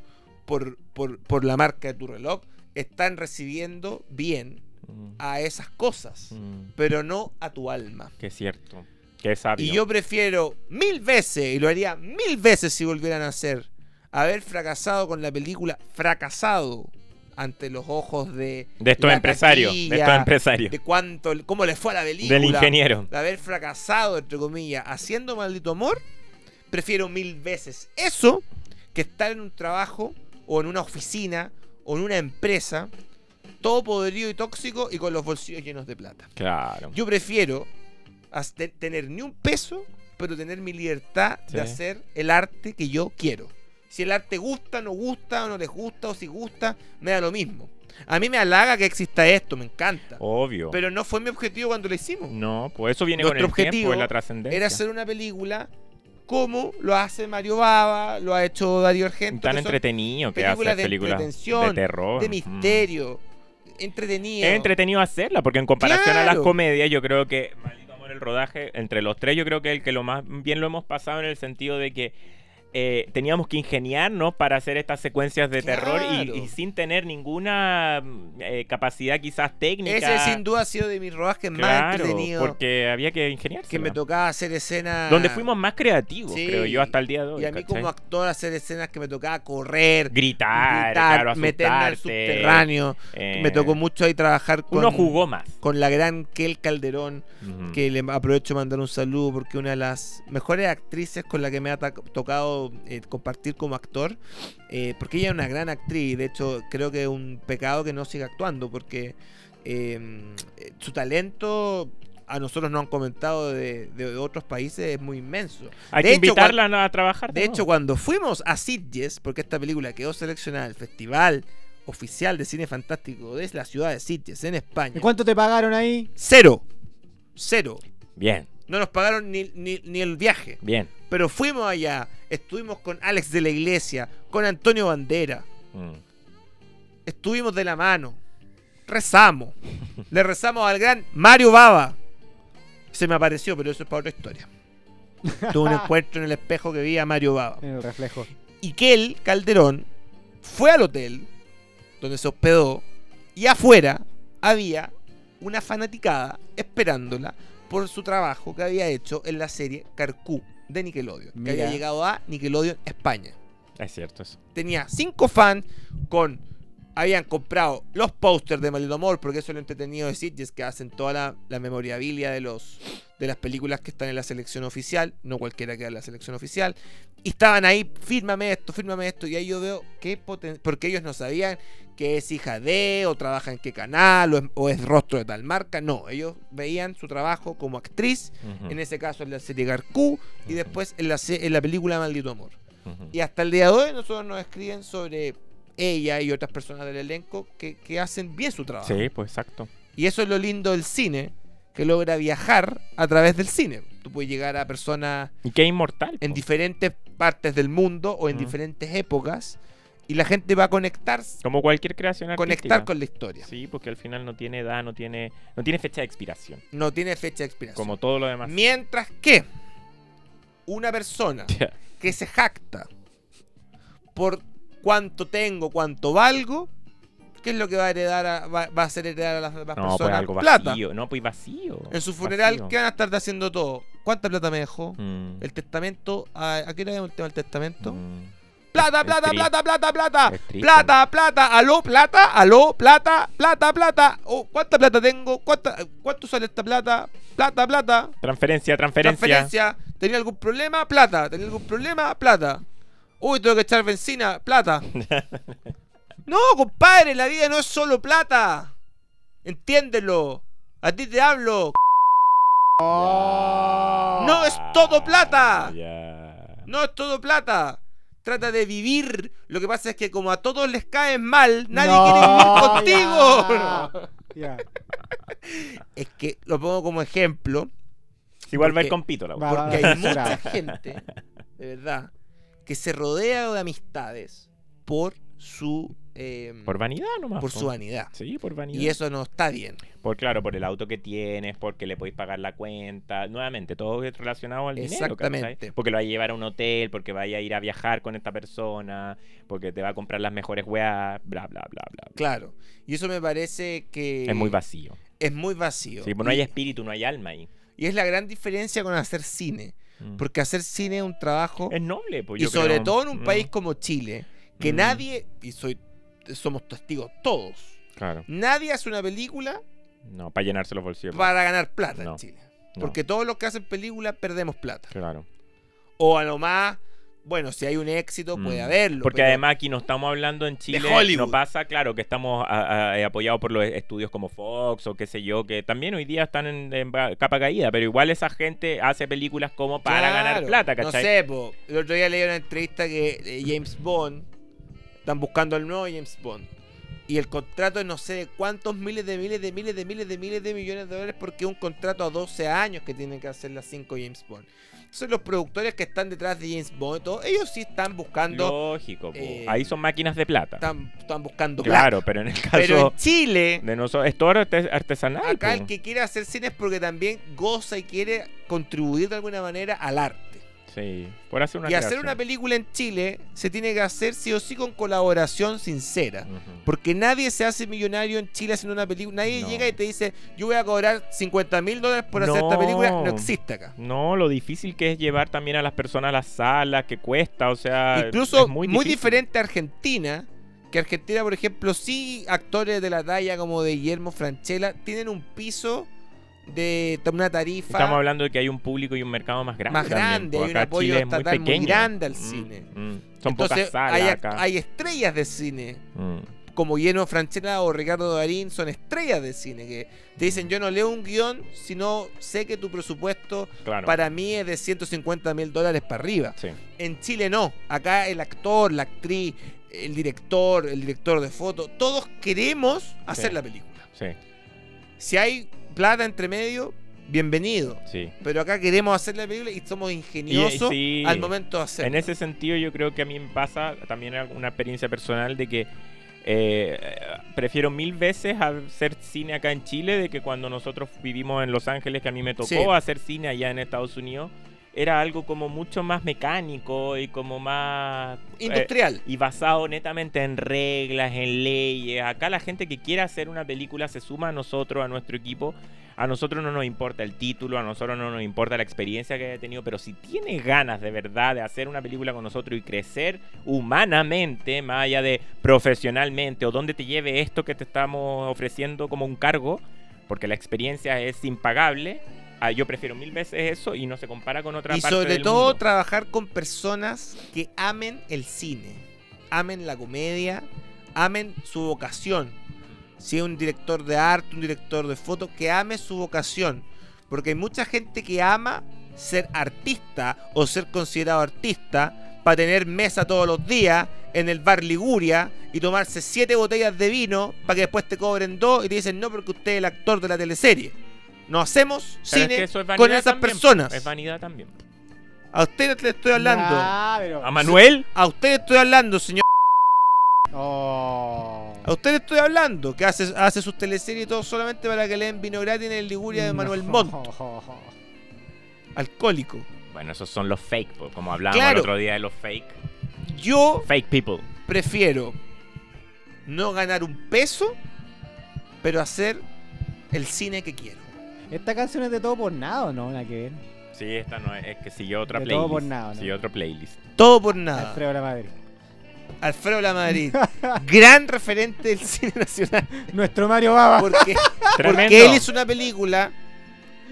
B: por, por- por la marca de tu reloj, están recibiendo bien
C: Mm.
B: a esas cosas,
C: Mm.
B: pero no a tu alma.
C: Que es cierto. Que es sabio.
B: Y yo prefiero mil veces, y lo haría mil veces si volvieran a hacer, haber fracasado con la película, fracasado ante los ojos de...
C: de estos
B: la
C: empresarios.
B: taquilla,
C: de estos empresarios.
B: De cuánto, cómo le fue a la película.
C: del ingeniero.
B: De haber fracasado, entre comillas, haciendo maldito amor, prefiero mil veces eso que estar en un trabajo o en una oficina o en una empresa, todo podrido y tóxico y con los bolsillos llenos de plata.
C: Claro.
B: Yo prefiero as- te- tener ni un peso, pero tener mi libertad
C: Sí.
B: de hacer el arte que yo quiero. Si el arte gusta, no gusta, o no les gusta, o si gusta, me da lo mismo. A mí me halaga que exista esto, me encanta.
C: Obvio.
B: Pero no fue mi objetivo cuando lo hicimos.
C: no, pues eso viene con
B: Nuestro
C: el
B: objetivo
C: tiempo, es la trascendencia.
B: Era hacer una película como lo hace Mario Baba, lo ha hecho Darío Argento.
C: tan
B: que son
C: entretenido que
B: películas
C: hacer
B: de
C: películas de
B: entretención,
C: terror.
B: de
C: Mm.
B: misterio, entretenido.
C: Es entretenido hacerla, porque en comparación a las
B: Claro.
C: comedias, yo creo que, maldito amor, el rodaje, entre los tres, yo creo que el que lo más bien lo hemos pasado en el sentido de que eh, teníamos que ingeniarnos para hacer estas secuencias de terror y-
B: Claro.
C: y, sin tener ninguna mm, eh, capacidad quizás técnica.
B: Ese sin duda ha sido de mis rodajes más
C: Claro,
B: entretenidos.
C: porque había que ingeniarse.
B: que me tocaba hacer escenas.
C: Donde fuimos más creativos,
B: Sí,
C: creo yo, hasta el día de hoy.
B: Y a mí
C: ¿cachai?
B: como actor hacer escenas que me tocaba correr,
C: gritar,
B: gritar,
C: claro,
B: meterme al
C: asustarte,
B: subterráneo.
C: eh,
B: Me tocó mucho ahí trabajar con,
C: Uno jugó Mm. más.
B: con la gran Kel Calderón,
C: Ujú.
B: que le aprovecho de mandar un saludo porque una de las mejores actrices con la que me ha ta- tocado eh, compartir como actor, eh, porque ella es una gran actriz y de hecho creo que es un pecado que no siga actuando porque eh, su talento... A nosotros nos han comentado de, de otros países, es muy inmenso. de
C: Hay que
B: hecho,
C: invitarla a trabajar.
B: De
C: nuevo.
B: hecho, cuando fuimos a Sitges, porque esta película quedó seleccionada al Festival Oficial de Cine Fantástico de la ciudad de Sitges, en España.
D: ¿Y cuánto te pagaron ahí?
B: Cero. Cero.
C: Bien,
B: No nos pagaron ni, ni- ni el viaje.
C: bien.
B: Pero fuimos allá. Estuvimos con Alex de la Iglesia, con Antonio Bandera,
C: Mm.
B: estuvimos de la mano. Rezamos. Le rezamos al gran Mario Baba. Se me apareció, pero eso es para otra historia. Tuve un encuentro en el espejo que vi a Mario Baba.
D: En el reflejo.
B: Y que él, Calderón, fue al hotel donde se hospedó y afuera había una fanaticada esperándola por su trabajo que había hecho en la serie Carcú de Nickelodeon, que
D: Mira.
B: había llegado a Nickelodeon España
C: Es cierto eso.
B: tenía cinco fans con habían comprado los pósters de Maldito Amor, porque eso es lo entretenido de Sitges, que hacen toda la, la memorabilia de los de las películas que están en la selección oficial, no cualquiera queda en la selección oficial, y estaban ahí, fírmame esto, fírmame esto, y ahí yo veo qué poten- porque ellos no sabían que es hija de, o trabaja en qué canal, o es, o es rostro de tal marca, no, ellos veían su trabajo como actriz,
C: Ujú,
B: en este ese caso en la serie Garcú, y después en la, se- en la película Maldito Amor.
C: ujú.
B: Y hasta el día de hoy nosotros nos escriben sobre ella y otras personas del elenco que, que hacen bien su trabajo.
C: Sí, pues exacto.
B: Y eso es lo lindo del cine, que logra viajar a través del cine. Tú puedes llegar a personas
C: Y qué inmortal.
B: en
C: po.
B: diferentes partes del mundo o en
C: Mm.
B: diferentes épocas y la gente va a conectar,
C: Como cualquier creación artística.
B: conectar con la historia.
C: Sí, porque al final no tiene edad, no tiene, no tiene fecha de expiración.
B: No tiene fecha de expiración.
C: Como todo lo demás.
B: Mientras que una persona
C: Ya.
B: que se jacta por cuánto tengo, cuánto valgo, ¿qué es lo que va a heredar a- va, va a hacer heredar a las demás
C: No, pues
B: personas?
C: algo
B: plata.
C: vacío. No, pues vacío.
B: En su funeral,
C: Vacío.
B: ¿qué van a estar haciendo todo? ¿Cuánta plata me dejó?
C: Mm,
B: El testamento, ¿a, a qué le el tema del testamento?
C: mm.
B: Plata,
C: Es
B: plata,
C: triste.
B: plata, plata, plata,
C: Es triste.
B: plata, plata, aló, plata, aló, plata, plata, plata. Oh, ¿Cuánta plata tengo? ¿Cuánta, ¿Cuánto sale esta plata? Plata, plata.
C: Transferencia, transferencia.
B: Transferencia. ¿Tenía algún problema? Plata. ¿Tenía algún problema? Plata. Uy, tengo que echar benzina. Plata. No, compadre, la vida no es solo plata. Entiéndelo. A ti te hablo. No es todo plata.
C: Ah, Ya.
B: No es todo plata. Trata de vivir. Lo que pasa es que como a todos les caes mal, nadie
D: No,
B: quiere vivir
D: ya.
B: contigo.
D: Ya.
B: Es que lo pongo como ejemplo.
C: Igual va el
B: Porque-
C: compito la
D: Va,
C: wea.
D: va,
B: Porque
D: va,
B: hay
D: censurado.
B: mucha gente, de verdad, que se rodea de amistades por su eh,
C: Por vanidad nomás.
B: por
C: po.
B: su vanidad.
C: Sí, por vanidad.
B: Y eso no está bien.
C: Por claro, por el auto que tienes, porque le podéis pagar la cuenta. Nuevamente, todo es relacionado al dinero.
B: Exactamente.
C: ¿cachai? Porque lo vais a llevar a un hotel, porque vaya a ir a viajar con esta persona, porque te va a comprar las mejores weas, bla, bla, bla, bla. bla.
B: Claro. Y eso me parece que
C: Es muy vacío.
B: es muy vacío.
C: Sí, pues no hay
B: y,
C: espíritu, no hay alma ahí.
B: y es la gran diferencia con hacer cine.
C: Mm.
B: Porque hacer cine es un trabajo.
C: es noble, pues
B: y
C: yo
B: sobre
C: creo.
B: todo en un
C: Mm,
B: país como Chile, que
C: Mm.
B: nadie, y soy, somos testigos todos,
C: Claro.
B: nadie hace una película
C: No, para llenarse los bolsillos.
B: para ganar plata en
C: No,
B: Chile.
C: no,
B: Porque todos los que hacen películas perdemos plata.
C: Claro.
B: O a lo más, bueno, si hay un éxito, puede
C: Mm.
B: haberlo.
C: Porque
B: pero-
C: además aquí no estamos hablando en Chile.
B: Hollywood.
C: No pasa, claro, que estamos a- a- eh, apoyados por los estudios como Fox o qué sé yo, que también hoy día están en, en ba- capa caída, pero igual esa gente hace películas como para ganar
B: Claro,
C: plata, ¿cachai?
B: No sé, po. el otro día leí una entrevista que eh, James Bond, están buscando al nuevo James Bond. Y el contrato es no sé de cuántos miles de miles de miles de miles de miles de millones de dólares porque es un contrato a 12 años que tienen que hacer las 5 James Bond. Entonces los productores que están detrás de James Bond, y todo, ellos sí están buscando,
C: Lógico, po.
B: Eh,
C: ahí son máquinas de plata.
B: están, están buscando plata.
C: Claro, pero en el
B: Pero
C: caso
B: en Chile,
C: de nosotros, es todo arte- artesanal.
B: Acá
C: po.
B: el que quiere hacer cine es porque también goza y quiere contribuir de alguna manera al arte.
C: Sí, por hacer una
B: y hacer
C: creación.
B: una película en Chile se tiene que hacer sí o sí con colaboración sincera.
C: Ujú.
B: Porque nadie se hace millonario en Chile haciendo una película. Nadie
C: No.
B: llega y te dice, yo voy a cobrar 50 mil dólares por hacer esta
C: No.
B: película. No existe acá.
C: No, lo difícil que es llevar también a las personas a las salas, que cuesta, o sea.
B: Incluso
C: Ah, es
B: muy,
C: difícil.
B: diferente a Argentina, que Argentina, por ejemplo, sí actores de la talla como de Guillermo Franchella tienen un piso de de una tarifa.
C: Estamos hablando de que hay un público y un mercado más grande.
B: Más grande,
C: también, po.
B: hay un
C: Acá
B: apoyo
C: Chile es muy
B: estatal muy
C: pequeño.
B: grande al
C: Mm,
B: cine.
C: mm. Son
B: Entonces,
C: pocas salas
B: hay, act-
C: acá.
B: hay estrellas de cine.
C: Mm.
B: Como Lleno Franchella o Ricardo Darín son estrellas de cine que te dicen yo no leo un guión, sino sé que tu presupuesto
C: Claro.
B: para mí es de 150 mil dólares para arriba.
C: Sí.
B: En Chile no. Acá el actor, la actriz, el director, el director de foto, todos queremos hacer
C: Sí.
B: la película.
C: Sí,
B: Si hay plata entre medio, bienvenido.
C: sí.
B: Pero acá queremos hacer la película y somos ingeniosos
C: eh, sí.
B: al momento de hacerla.
C: En ese sentido, yo creo que a mí me pasa también una experiencia personal de que eh, eh, prefiero mil veces hacer cine acá en Chile de que cuando nosotros vivimos en Los Ángeles, que a mí me tocó
B: Sí.
C: hacer cine allá en Estados Unidos, era algo como mucho más mecánico y como más... eh,
B: Industrial.
C: y basado netamente en reglas, en leyes. Acá la gente que quiera hacer una película se suma a nosotros, a nuestro equipo. A nosotros no nos importa el título, a nosotros no nos importa la experiencia que haya tenido, pero si tiene ganas de verdad de hacer una película con nosotros y crecer humanamente, más allá de profesionalmente, o dónde te lleve esto que te estamos ofreciendo como un cargo, porque la experiencia es impagable, ah, yo prefiero mil veces eso y no se compara con otra
B: y
C: parte
B: sobre
C: del
B: todo
C: mundo.
B: trabajar con personas que amen el cine, amen la comedia, amen su vocación. Si es un director de arte, un director de foto, que ame su vocación. Porque hay mucha gente que ama ser artista o ser considerado artista para tener mesa todos los días en el bar Liguria y tomarse siete botellas de vino para que después te cobren dos y te dicen no porque usted es el actor de la teleserie. No hacemos
C: Pero es
B: cine
C: que eso es
B: con
C: vanidad
B: esas
C: también,
B: personas.
C: Es vanidad también.
B: A usted le estoy hablando.
D: Ah, pero.
C: ¿A Manuel?
B: A usted le estoy hablando, señor.
D: Oh.
B: A usted le estoy hablando. Que hace, hace sus teleseries y todo solamente para que le den vino gratis en el Liguria de Manuel Montt. Alcohólico.
C: Bueno, esos son los fake, po, como hablábamos
B: Claro.
C: el otro día de los fake.
B: Yo
C: Fake people.
B: prefiero no ganar un peso, pero hacer el cine que quiero.
D: Esta canción es de todo por nada, ¿o ¿no? Nada que ver.
C: Sí, esta no es, es que siguió otra
D: De todo
C: playlist.
D: por nada, ¿no?
C: Siguió otro playlist.
B: Todo por nada. Alfredo,
D: Alfredo la Madrid.
B: La Madrid. gran referente del cine nacional.
D: Nuestro Mario Baba.
B: Porque, porque él
C: Tremendo.
B: hizo una película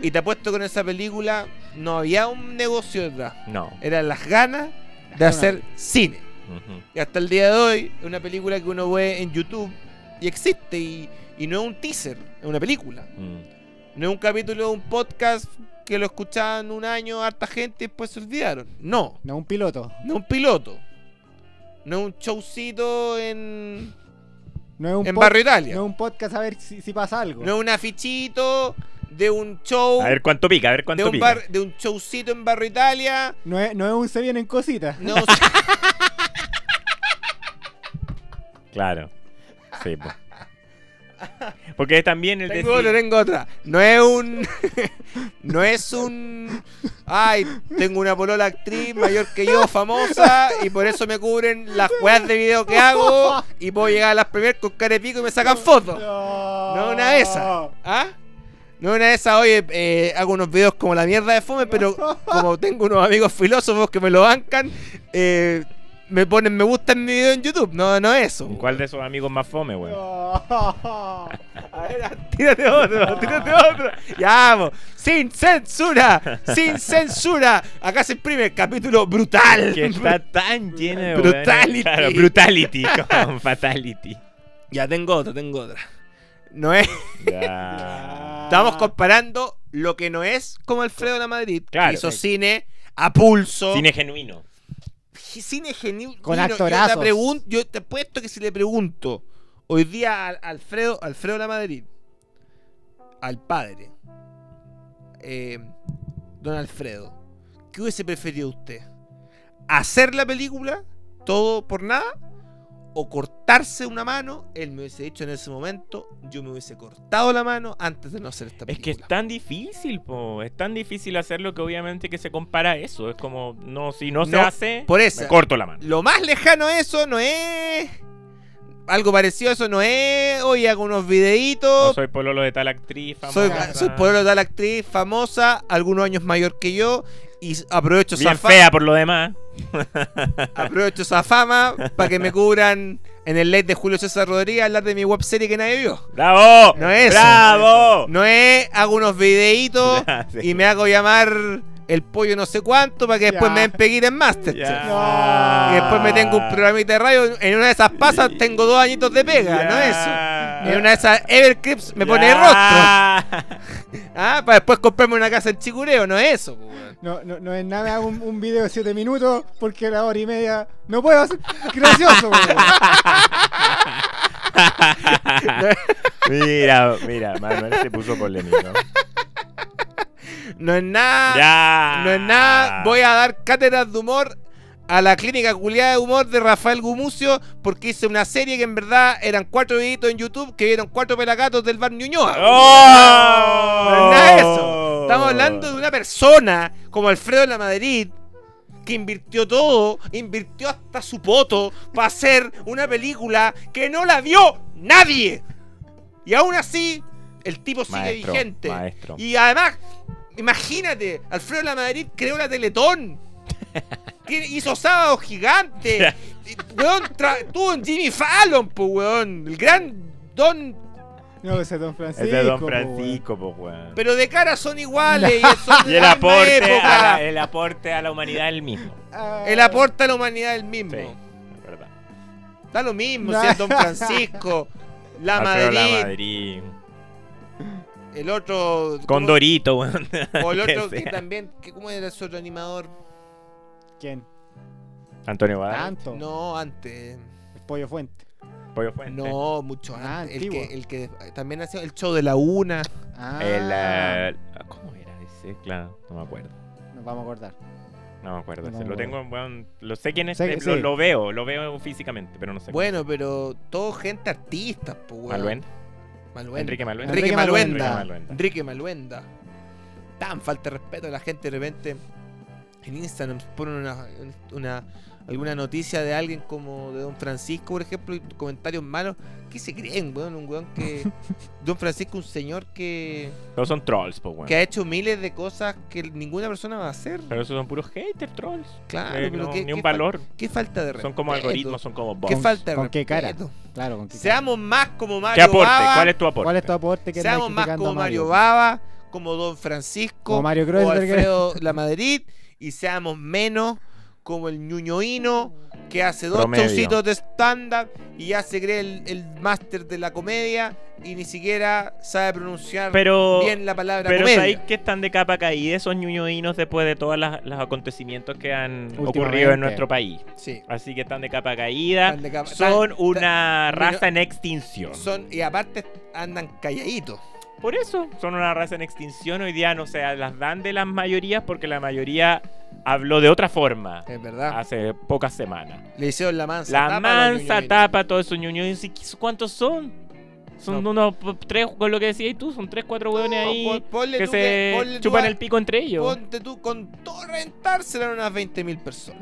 B: y te apuesto que en esa película no había un negocio detrás.
C: No.
B: eran las ganas de hacer cine.
C: Ujú.
B: Y hasta el día de hoy, es una película que uno ve en YouTube y existe, y, y no es un teaser, es una película.
C: Mm.
B: No es un capítulo de un podcast que lo escuchaban un año harta gente y después se olvidaron. No,
D: No, un piloto.
B: no es un piloto. No es un showcito en,
D: No es un,
B: en
D: pod-
B: Barrio Italia.
D: no es un podcast a ver si, si pasa algo.
B: No es un afichito de un show.
C: A ver cuánto pica, a
B: Oh.
C: ver
B: de
C: cuánto
B: un,
C: pica.
B: bar- de un showcito en Barrio Italia.
D: No es, no es un se vienen cositas.
B: No,
C: Claro. Sí, po. Porque también el de
B: Tengo otra, tengo otra. No es un. no es un. Ay, tengo una polola actriz mayor que yo, famosa, y por eso me cubren las weas de video que hago, y puedo llegar a las primeras con cara de pico y me sacan fotos.
D: No.
B: No es una de esas. ¿Ah? No es una de esas, oye, eh, hago unos videos como la mierda de fome, pero como tengo unos amigos filósofos que me lo bancan, eh, me ponen me gusta en mi video en YouTube. No, no es eso.
C: ¿Cuál de esos amigos más fome, weón?
D: No. Ah.
B: A ver, tírate otro, tírate otro. Ya, vamos. Sin censura, sin censura. Acá se imprime el capítulo brutal.
C: Que está tan lleno de weones.
B: Brutality.
C: Claro, brutality. Con fatality.
B: Ya, tengo otra, tengo otra. No es.
C: Ya.
B: Estamos comparando lo que no es como Alfredo La Madrid. que
C: Claro.
B: hizo cine a pulso.
C: Cine genuino.
B: cine genial.
D: Con
B: Mira, Yo
D: actorazos.
B: te, pregun- yo te apuesto que si le pregunto hoy día a Alfredo, Alfredo La Madrid, al padre, eh, don Alfredo, ¿qué hubiese preferido usted? ¿Hacer la película todo por nada? ¿O cortarse una mano? Él me hubiese dicho en ese momento, yo me hubiese cortado la mano antes de no hacer esta
C: Es que
B: película.
C: es tan difícil, po. Es tan difícil hacerlo que obviamente que se compara a eso. Es como, no, si no, se
B: No,
C: hace,
B: por eso.
C: me corto la mano.
B: Lo más lejano a eso no es. Algo parecido a eso no es. Hoy hago unos
C: No
B: videitos.
C: soy pololo de tal actriz
B: soy
C: famosa.
B: soy por de tal actriz famosa, algunos años mayor que yo. Y s- aprovecho esa,
C: Bien
B: fa-
C: fea por lo demás.
B: aprovecho esa fama para que me cubran en el late de Julio César Rodríguez hablar de mi webserie que nadie vio.
C: ¡Bravo!
B: No es eso.
C: ¡Bravo!
B: No es, hago unos videitos
C: Ya, sí.
B: y me hago llamar el pollo no sé cuánto para que después
D: Ya.
B: me den peguita en Masterchef.
D: Ya.
B: Y después me tengo un programita de radio. En una de esas pasas tengo dos añitos de pega, ¿no es eso? En una de esas Everclips me pone el rostro. Ah, para después comprarme una casa en Chicureo, no es eso, po, weón.
D: No, no, no es nada, me hago un, un video de 7 minutos porque la hora y media no puedo hacer. Gracioso, weón.
C: mira, mira, Manuel se puso polémico.
B: No es nada.
C: ya.
B: No es nada. Voy a dar cátedras de humor a la clínica culiada de humor de Rafael Gumucio porque hice una serie que en verdad eran cuatro videitos en YouTube que vieron cuatro pelagatos del bar Ñuñoa. No es nada de eso. Estamos hablando de una persona como Alfredo de la Madrid que invirtió todo, invirtió hasta su poto para hacer una película que no la vio nadie. Y aún así, el tipo sigue
C: Maestro,
B: vigente.
C: maestro.
B: Y además, imagínate, Alfredo de la Madrid creó la Teletón. Que Hizo sábado gigante. Y, weón, tra- tuvo en Jimmy Fallon, pues, weón. El gran don.
D: No, ese es Don Francisco.
C: es de Don
D: po, weón.
C: Francisco, pues, weón.
B: Pero de cara son iguales. Y, son de
C: Y el
B: la misma
C: aporte, ah, eh. a
B: época.
C: la, el aporte a la humanidad es el mismo.
D: Ah,
B: Él aporta a la humanidad el mismo.
C: Sí, es verdad.
B: Da lo mismo si es Don Francisco, la
C: Alfredo
B: Madrid,
C: La Madrid.
B: el otro. ¿cómo-
C: Condorito, weón.
B: O el
C: que
B: otro que
C: sea.
B: también. que- ¿Cómo era ese otro animador?
D: ¿Quién?
C: Antonio Guadalupe.
D: Tanto.
B: No, antes.
D: El Pollo Fuente.
C: Pollo Fuente.
B: No, mucho
D: Ah,
B: antes. el, que,
D: antiguo.
B: el que también hacía el show de la una.
D: Ah,
C: El, eh, ¿Cómo era ese? Claro, no me acuerdo.
D: Nos vamos a acordar.
C: No me acuerdo.
D: No
C: ese.
D: me
C: lo
D: acuerdo.
C: tengo, weón. Lo sé quién es.
D: Sé que-
C: eh,
D: sí.
C: lo, lo veo, lo veo físicamente, pero no sé.
B: Bueno, pero todo gente artista, pues, weón.
C: Maluen.
B: Maluenda.
C: Enrique Maluenda.
B: Enrique
D: Enrique
B: Maluenda.
C: Maluenda. Maluenda.
B: Enrique Maluenda. Tan falta de respeto a la gente de repente. En Instagram ponen una, una- alguna noticia de alguien como de Don Francisco, por ejemplo, y comentarios malos. ¿Qué se creen, weón? Un weón que. Don Francisco, un señor que,
C: Todos son trolls, pues, weón.
B: que ha hecho miles de cosas que ninguna persona va a hacer.
C: Pero esos son puros haters, trolls.
B: Claro,
C: Eh,
B: Ah, pero
C: no,
B: qué-
C: ni un
B: qué fal-
C: valor.
B: Qué falta de respeto.
C: Son como algoritmos, son como bots.
B: Qué falta de
D: ¿Con qué cara?
B: respeto.
D: Claro, ¿con qué
B: Seamos más como Mario
C: ¿Qué aporte?
B: Bava.
C: ¿Cuál es tu aporte?
D: ¿Cuál es tu aporte? que
B: Seamos
D: andas
B: más
D: criticando
B: como
D: a
B: Mario Baba, como Don Francisco,
D: Como Mario
B: o
D: Kreuzberger.
B: Alfredo La Madrid, y seamos menos como el ñuñoíno que hace dos
C: Promedio.
B: showcitos de stand-up y ya se cree el, el máster de la comedia y ni siquiera sabe pronunciar
C: Pero.
B: bien la palabra
C: Pero
B: comedia.
C: sabéis que están de capa caída esos ñuñoínos después de todos los acontecimientos que han ocurrido
D: Últimamente.
C: en nuestro país.
B: Sí.
C: Así que están de capa caída.
B: Están de capa-
C: Son
B: están-
C: una
B: están-
C: raza en extinción.
B: Son, y aparte andan calladitos.
C: Por eso son una raza en extinción. Hoy día no se las dan de las mayorías porque la mayoría habló de otra forma
B: Es verdad.
C: hace pocas semanas.
B: Le hicieron la mansa
C: La
B: tapa a los
C: mansa
B: ñuñoínos.
C: tapa todos esos ñuñoínos. ¿Y qué- ¿Cuántos son? Son
B: No.
C: unos p- tres, con lo que decías tú, son tres, cuatro hueones
B: No,
C: ahí
B: pon- ponle
C: que
B: tú que-
C: se
B: ponle tú
C: chupan
B: a-
C: el pico entre ellos.
B: Ponte tú con todo reventar, serán unas 20.000 personas.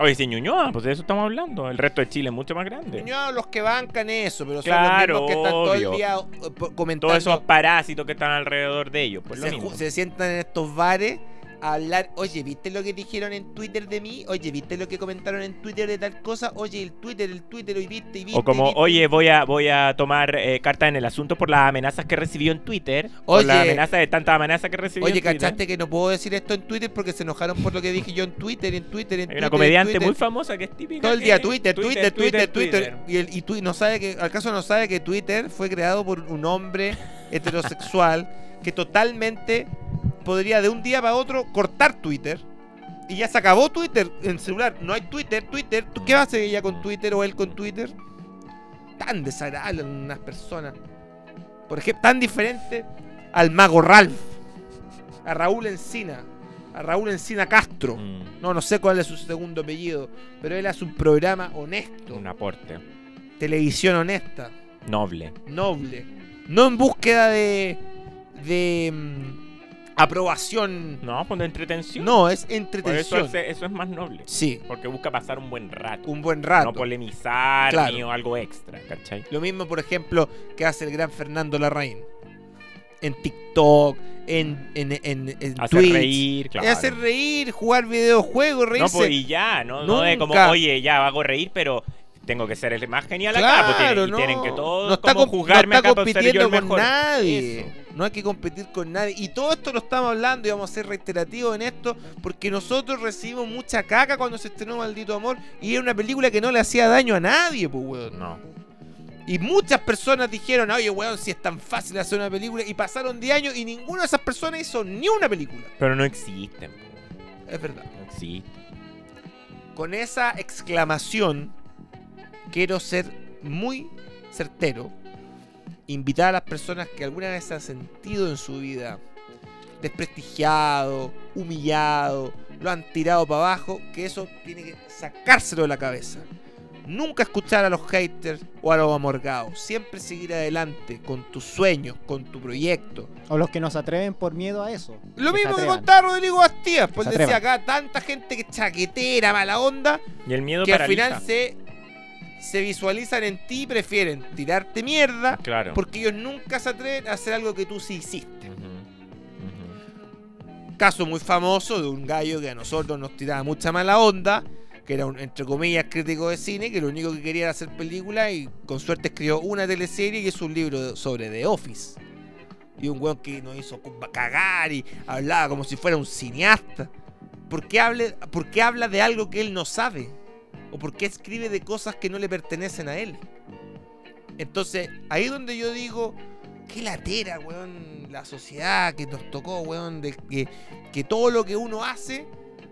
C: Oye, sí, Ñuñoa, pues de eso estamos hablando. El resto de Chile es mucho más grande.
B: Ñuñoa, los que bancan eso, pero son
C: Claro,
B: los mismos que están todo el
C: obvio.
B: día eh, po- comentando.
C: Todos esos parásitos que están alrededor de ellos. Pues lo
B: se,
C: mismo.
B: ju- se sientan en estos bares a hablar, oye, ¿viste lo que dijeron en Twitter de mí? Oye, ¿viste lo que comentaron en Twitter de tal cosa? Oye, el Twitter, el Twitter, hoy viste, y viste.
C: O como,
B: y viste".
C: oye, voy a, voy a tomar eh, carta en el asunto por las amenazas que recibió en Twitter. Por
B: Oye.
C: la amenaza de tantas amenazas que recibió
B: Oye,
C: en Twitter.
B: ¿cachaste que no puedo decir esto en Twitter porque se enojaron por lo que dije yo en Twitter, en Twitter, en
C: Hay
B: Twitter?
C: una
B: en
C: comediante
B: Twitter"?
C: muy famosa que es típica.
B: Todo el
C: que-
B: día Twitter, Twitter, Twitter, Twitter. Y, el, y Twi- no sabe que, al caso no sabe que Twitter fue creado por un hombre heterosexual que totalmente podría de un día para otro cortar Twitter. Y ya se acabó Twitter en celular. No hay Twitter, Twitter. ¿Tú qué vas a hacer ella con Twitter o él con Twitter? Tan desagradable en unas personas. Por ejemplo, tan diferente al mago Ralph. A Raúl Encina. A Raúl Encina Castro.
C: Mm,
B: No, no sé cuál es su segundo apellido, pero él hace un programa honesto,
C: un aporte
B: televisión honesta,
C: noble.
B: noble, no en búsqueda de, de mm, aprobación.
C: No, pues de entretención.
B: No, es
C: Por eso,
B: entretención.
C: es- eso es más noble.
B: Sí,
C: Porque busca pasar un buen rato.
B: un buen rato.
C: No polemizar
B: Claro.
C: ni algo extra, ¿cachai?
B: Lo mismo, por ejemplo, que hace el gran Fernando Larraín. En TikTok, en, en, en, en
C: Hacer
B: Twitch.
C: reír, claro.
B: Hacer reír, jugar videojuegos,
C: No,
B: reírse.
C: pues y ya, ¿no? No es como,
B: Nunca.
C: oye, ya hago reír, pero tengo que ser el más genial acá. Pues
B: Claro,
C: tienen, y
B: no.
C: tienen que todos
B: no está,
C: como
B: comp-
C: juzgarme
B: no está
C: acá por ser yo
B: compitiendo
C: el
B: con
C: mejor.
B: nadie.
C: Eso.
B: No hay que competir con nadie. Y todo esto lo estamos hablando y vamos a ser reiterativos en esto porque nosotros recibimos mucha caca cuando se estrenó Maldito Amor y era una película que no le hacía daño a nadie, pues, weón.
C: No.
B: Y muchas personas dijeron, oye, weón, si es tan fácil hacer una película y pasaron 10 años y ninguna de esas personas hizo ni una película.
C: Pero no existen. po.
B: Es verdad.
C: No existen.
B: Con esa exclamación quiero ser muy certero. Invitar a las personas que alguna vez se han sentido en su vida desprestigiado, humillado, lo han tirado para abajo, que eso tiene que sacárselo de la cabeza. Nunca escuchar a los haters o a los amorgados. Siempre seguir adelante con tus sueños, con tu proyecto.
D: O los que nos atreven por miedo a eso.
B: Lo mismo
D: se
B: que
D: atrevan.
B: contaba Rodrigo Bastías. Pues
D: Se
B: decía
D: atrevan.
B: acá, tanta gente que chaquetera, mala onda,
C: Y el miedo
B: que al
C: paraliza.
B: final se, se visualizan en ti y prefieren tirarte mierda
C: Claro.
B: porque ellos nunca se atreven a hacer algo que tú sí hiciste.
C: Ujú, ujú.
B: Caso muy famoso de un gallo que a nosotros nos tiraba mucha mala onda, que era un, entre comillas, crítico de cine, que lo único que quería era hacer películas y con suerte escribió una teleserie que es un libro de- sobre The Office. Y un weón que nos hizo cu- cagar y hablaba como si fuera un cineasta. ¿Por qué, hable, ¿Por qué habla de algo que él no sabe? ¿O por qué escribe de cosas que no le pertenecen a él? Entonces, ahí es donde yo digo, qué latera, weón, la sociedad que nos tocó, weón, de que, que todo lo que uno hace,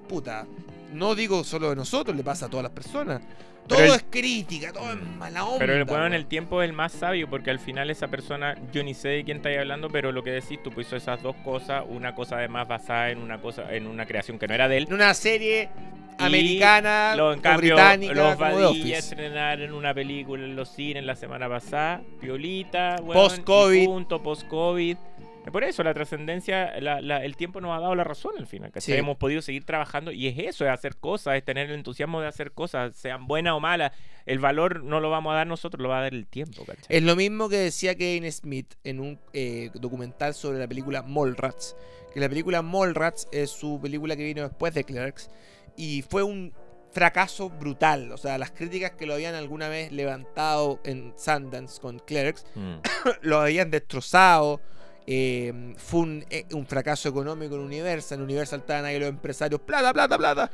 B: puta, no digo solo de nosotros, le pasa a todas las personas. Todo
C: Pero el-
B: es crítica, todo es mala onda.
C: Pero el weón en
B: weón.
C: el tiempo es el más sabio porque al final esa persona, yo ni sé de quién estáis hablando, pero lo que decís tú, pues hizo esas dos cosas, una cosa además basada en una cosa, en una creación que no era de él.
B: En una serie
C: Y
B: americana
C: Los, en
B: o
C: cambio,
B: británica como
C: los
B: The
C: Badilla
B: Office.
C: estrenaron una película en los cines la semana pasada, Violita,
B: Post-COVID.
C: Punto, post-COVID. Eh, Por eso, la trascendencia, la- la- el tiempo nos ha dado la razón al final. ¿cachai?
B: Sí.
C: Hemos podido seguir trabajando y es eso, es hacer cosas, es tener el entusiasmo de hacer cosas, sean buenas o malas. El valor no lo vamos a dar nosotros, lo va a dar el tiempo. ¿cachai?
B: Es lo mismo que decía Kevin Smith en un eh, documental sobre la película Mallrats. Que la película Mallrats es su película que vino después de Clerks. Y fue un fracaso brutal. O sea, las críticas que lo habían alguna vez levantado en Sundance con Clerks
C: Mm.
B: lo habían destrozado. eh, fue un, eh, un fracaso económico en Universal. En Universal estaban ahí los empresarios, plata, plata, plata.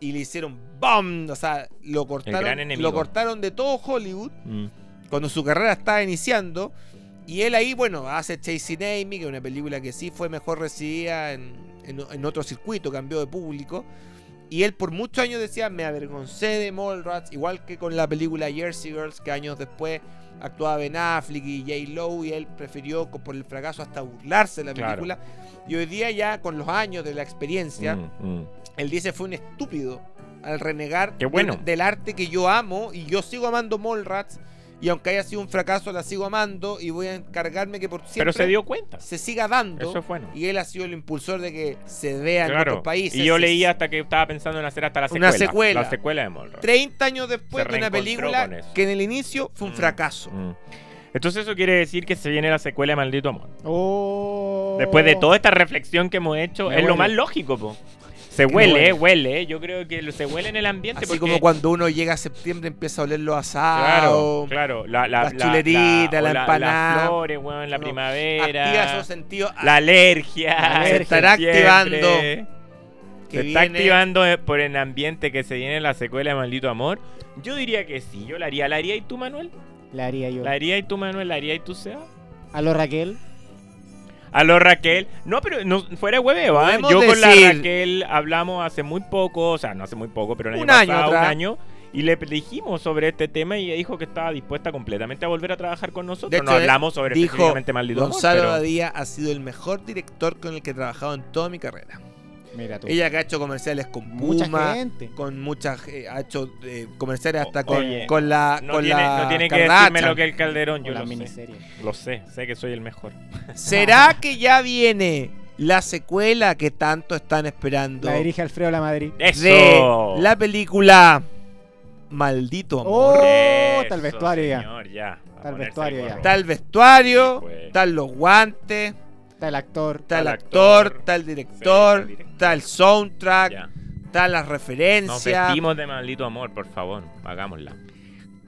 B: Y le hicieron ¡BOM! O sea, lo
C: gran
B: cortaron,
C: enemigo.
B: lo cortaron de todo Hollywood
C: Mm.
B: cuando su carrera estaba iniciando. Y él ahí, bueno, hace Chasing Amy, que es una película que sí fue mejor recibida en, en- en otro circuito, cambió de público. Y él por muchos años decía, me avergoncé de Mallrats, igual que con la película Jersey Girls, que años después actuaba Ben Affleck y J. Lowe, y él prefirió co- por el fracaso hasta burlarse de la
C: Claro.
B: película. Y hoy día ya, con los años de la experiencia,
C: Mm, mm.
B: él dice fue un estúpido al renegar
C: Qué bueno.
B: del, del arte que yo amo y yo sigo amando Mallrats y aunque haya sido un fracaso la sigo amando y voy a encargarme que por siempre
C: Pero se dio cuenta.
B: se siga dando
C: Eso es bueno.
B: y él ha sido el impulsor de que se vea en
C: Claro.
B: otros países.
C: Y yo
B: Se-
C: leí hasta que estaba pensando en hacer hasta la secuela.
B: Una secuela.
C: La secuela de Mallrats.
B: 30 años después
C: Se
B: de una
C: reencontró con
B: película
C: eso.
B: que en el inicio fue un
C: Mm,
B: fracaso.
C: Mm. Entonces eso quiere decir que se viene la secuela de Maldito Amor.
D: Oh.
C: Después de toda esta reflexión que hemos hecho,
D: Me
C: es lo
D: huele.
C: más lógico, po. Se
D: me
C: huele,
D: huele.
C: eh, huele. eh. Yo creo que se huele en el ambiente.
B: Así
C: porque-
B: como cuando uno llega a septiembre empieza a oler los
C: Claro,
B: asados.
C: claro. La, la,
B: las chuleritas, la
C: o
B: empanada.
C: Las flores, weón, la
B: Uno Activa
C: primavera.
B: esos sentidos ah,
C: La alergia.
D: La alergia.
C: Se
B: estará activando. Ah, que
C: Se está
B: viene-
C: activando eh, por el ambiente que se viene la secuela de Maldito Amor. Yo diría que sí, yo la haría. ¿La haría y tú, Manuel?
D: La haría yo.
C: ¿La haría y tú, Manuel? ¿La haría y tú, Seba?
D: A lo Raquel.
C: Aló Raquel. No, pero no, fuera de hueveo, ¿ah?
B: Podemos
C: Yo con la
B: decir-
C: Raquel hablamos hace muy poco, o sea, no hace muy poco, pero el año
B: Un año
C: pasado,
B: atrás.
C: un año. Y le dijimos sobre este tema y ella dijo que estaba dispuesta completamente a volver a trabajar con nosotros.
B: De
C: no
B: hecho, eh,
C: hablamos sobre
B: dijo
C: específicamente Maldito Amor,
B: Gonzalo
C: pero-
B: Badía ha sido el mejor director con el que he trabajado en toda mi carrera.
D: Mira tú.
B: Ella que ha hecho comerciales con
D: Mucha
B: Puma,
D: gente.
B: con muchas, eh, ha hecho eh, comerciales hasta
C: O-
B: con,
C: oye,
B: con la,
C: No
B: con
C: tiene,
B: la
C: no tiene que
B: Kardashian.
C: decirme lo que el Calderón,
D: Con
C: yo
D: la
C: lo sé.
D: miniserie.
C: Lo sé, sé que soy el mejor.
B: ¿Será que ya viene la secuela que tanto están esperando
D: La dirige Alfredo La Madrid.
C: ¡Eso!
B: de la película Maldito Amor?
D: Oh,
C: Eso,
D: tal vestuario ya.
C: señor, ya. Va a
D: Tal
C: ponerse
D: vestuario
C: el
D: ya.
C: gorro.
B: Está el vestuario,
C: Sí, pues.
B: están los guantes,
D: Está el actor.
B: está el
C: el
B: actor, está el
C: actor. Sí, está el
B: director,
C: director.
B: está el soundtrack,
C: Ya.
B: están las
C: Nos
B: referencias.
C: vestimos de Maldito Amor, por favor, hagámosla.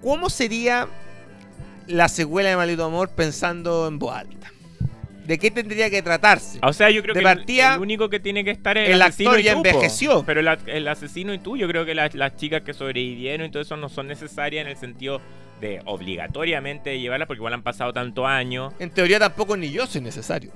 B: ¿Cómo sería la secuela de Maldito Amor pensando en voz alta? ¿De qué tendría que tratarse?
C: O sea, yo creo
B: De
C: que el-
B: partida,
C: el único que tiene que estar es
B: el
C: el,
B: actor
C: asesino y
B: ya
C: tú, po.
B: envejeció.
C: Pero el, a- el asesino y tú, yo creo que las, las chicas que sobrevivieron y todo eso no son necesarias en el sentido de obligatoriamente llevarla porque igual han pasado tantos años.
B: En teoría tampoco ni yo soy necesario.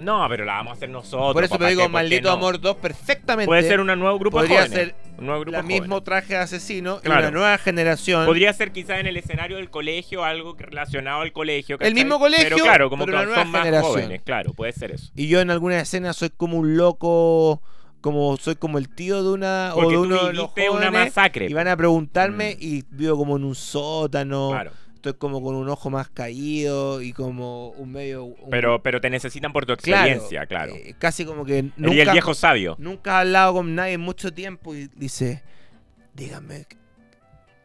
C: No, pero la vamos a hacer nosotros.
B: Por eso
C: papá,
B: te digo
C: ¿qué? ¿Por qué
B: Maldito
C: no?
B: Amor 2 perfectamente.
C: Puede ser un nuevo grupo de
B: Podría
C: jóvenes.
B: ser
C: un nuevo grupo
B: la
C: de
B: mismo
C: jóvenes.
B: traje de asesino y
C: Claro.
B: una nueva generación.
C: Podría ser quizás en el escenario del colegio algo que- relacionado al colegio.
B: El mismo
C: Pero
B: colegio,
C: claro, como
B: pero
C: que
B: una nueva
C: son más
B: generación.
C: jóvenes. Claro, puede ser eso.
B: Y yo en alguna escena soy como un loco como soy como el tío de una
C: Porque
B: o de
C: tú
B: uno de los
C: viviste una
B: jóvenes,
C: masacre.
B: y van a preguntarme
C: Mm.
B: y vivo como en un sótano,
C: Claro.
B: estoy como con un ojo más caído y como un medio un-
C: Pero, pero te necesitan por tu
B: Claro,
C: experiencia, claro.
B: eh, casi como que
C: y el
B: nunca
C: viejo sabio.
B: nunca he hablado con nadie en mucho tiempo y dice, "Díganme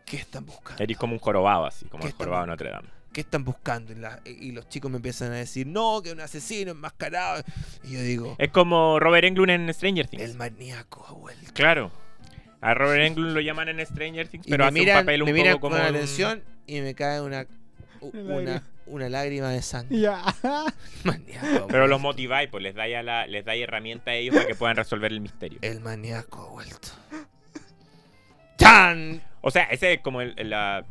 B: qué están buscando."
C: Eres como un jorobado, así, como
B: ¿Qué
C: el jorobado de
B: estamos?
C: Notre Dame.
B: ¿qué están buscando? Y, la- y los chicos me empiezan a decir, no, que un asesino enmascarado. Y yo digo,
C: Es como Robert Englund en Stranger Things.
B: el maníaco ha vuelto.
C: Claro. A Robert Englund lo llaman en Stranger Things,
B: Y
C: pero
B: me
C: hace
B: miran,
C: un papel un
B: me miran
C: poco como.
B: con
C: un-
B: atención y me cae una, u-
D: Una
B: una,
D: lágrima.
B: una lágrima de sangre.
D: Ya.
B: Maníaco ha
C: Pero
B: vuelto.
C: los motiváis, pues les dais, a la- les dais herramientas a ellos para que puedan resolver el misterio.
B: El maníaco ha vuelto. ¡Chan!
C: O sea, ese es como el, el- la.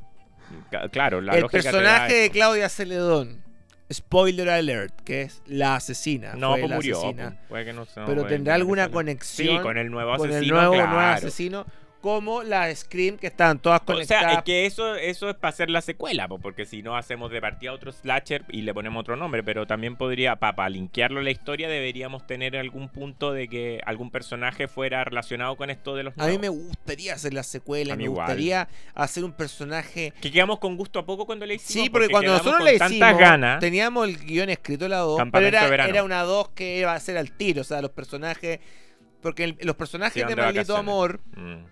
C: ca- Claro, la
B: el
C: lógica te da
B: personaje de
C: eso.
B: Claudia Celedón. Spoiler alert, que es la asesina.
C: No,
B: fue
C: pues
B: la
C: murió.
B: asesina.
C: pues, puede que no se- no,
B: pero
C: puede
B: tendrá
C: que
B: alguna
C: se-
B: conexión
C: Sí, con el nuevo
B: con
C: asesino.
B: el nuevo, nuevo
C: claro.
B: asesino, como la Scream, que estaban todas
C: O sea,
B: conectadas.
C: es que eso, eso es para hacer la secuela, po, porque si no hacemos de partida otro slasher y le ponemos otro nombre, pero también podría, para linkearlo a la historia, deberíamos tener algún punto de que algún personaje fuera relacionado con esto de los
B: A mí me
C: nuevos.
B: gustaría hacer la secuela,
C: A mí
B: me
C: igual.
B: gustaría hacer un personaje.
C: Que quedamos con gusto a poco cuando le hicimos.
B: Sí, porque cuando
C: pues, quedamos
B: nosotros
C: con
B: le
C: Tantas
B: hicimos,
C: ganas.
B: teníamos el guión escrito la 2, pero
C: Campamento de
B: era,
C: verano.
B: era una 2 que iba a ser al tiro, o sea, los personajes, porque el- los
C: Se
B: personajes
C: iban
B: de
C: de
B: Maldito
C: vacaciones.
B: Amor,
C: Mm.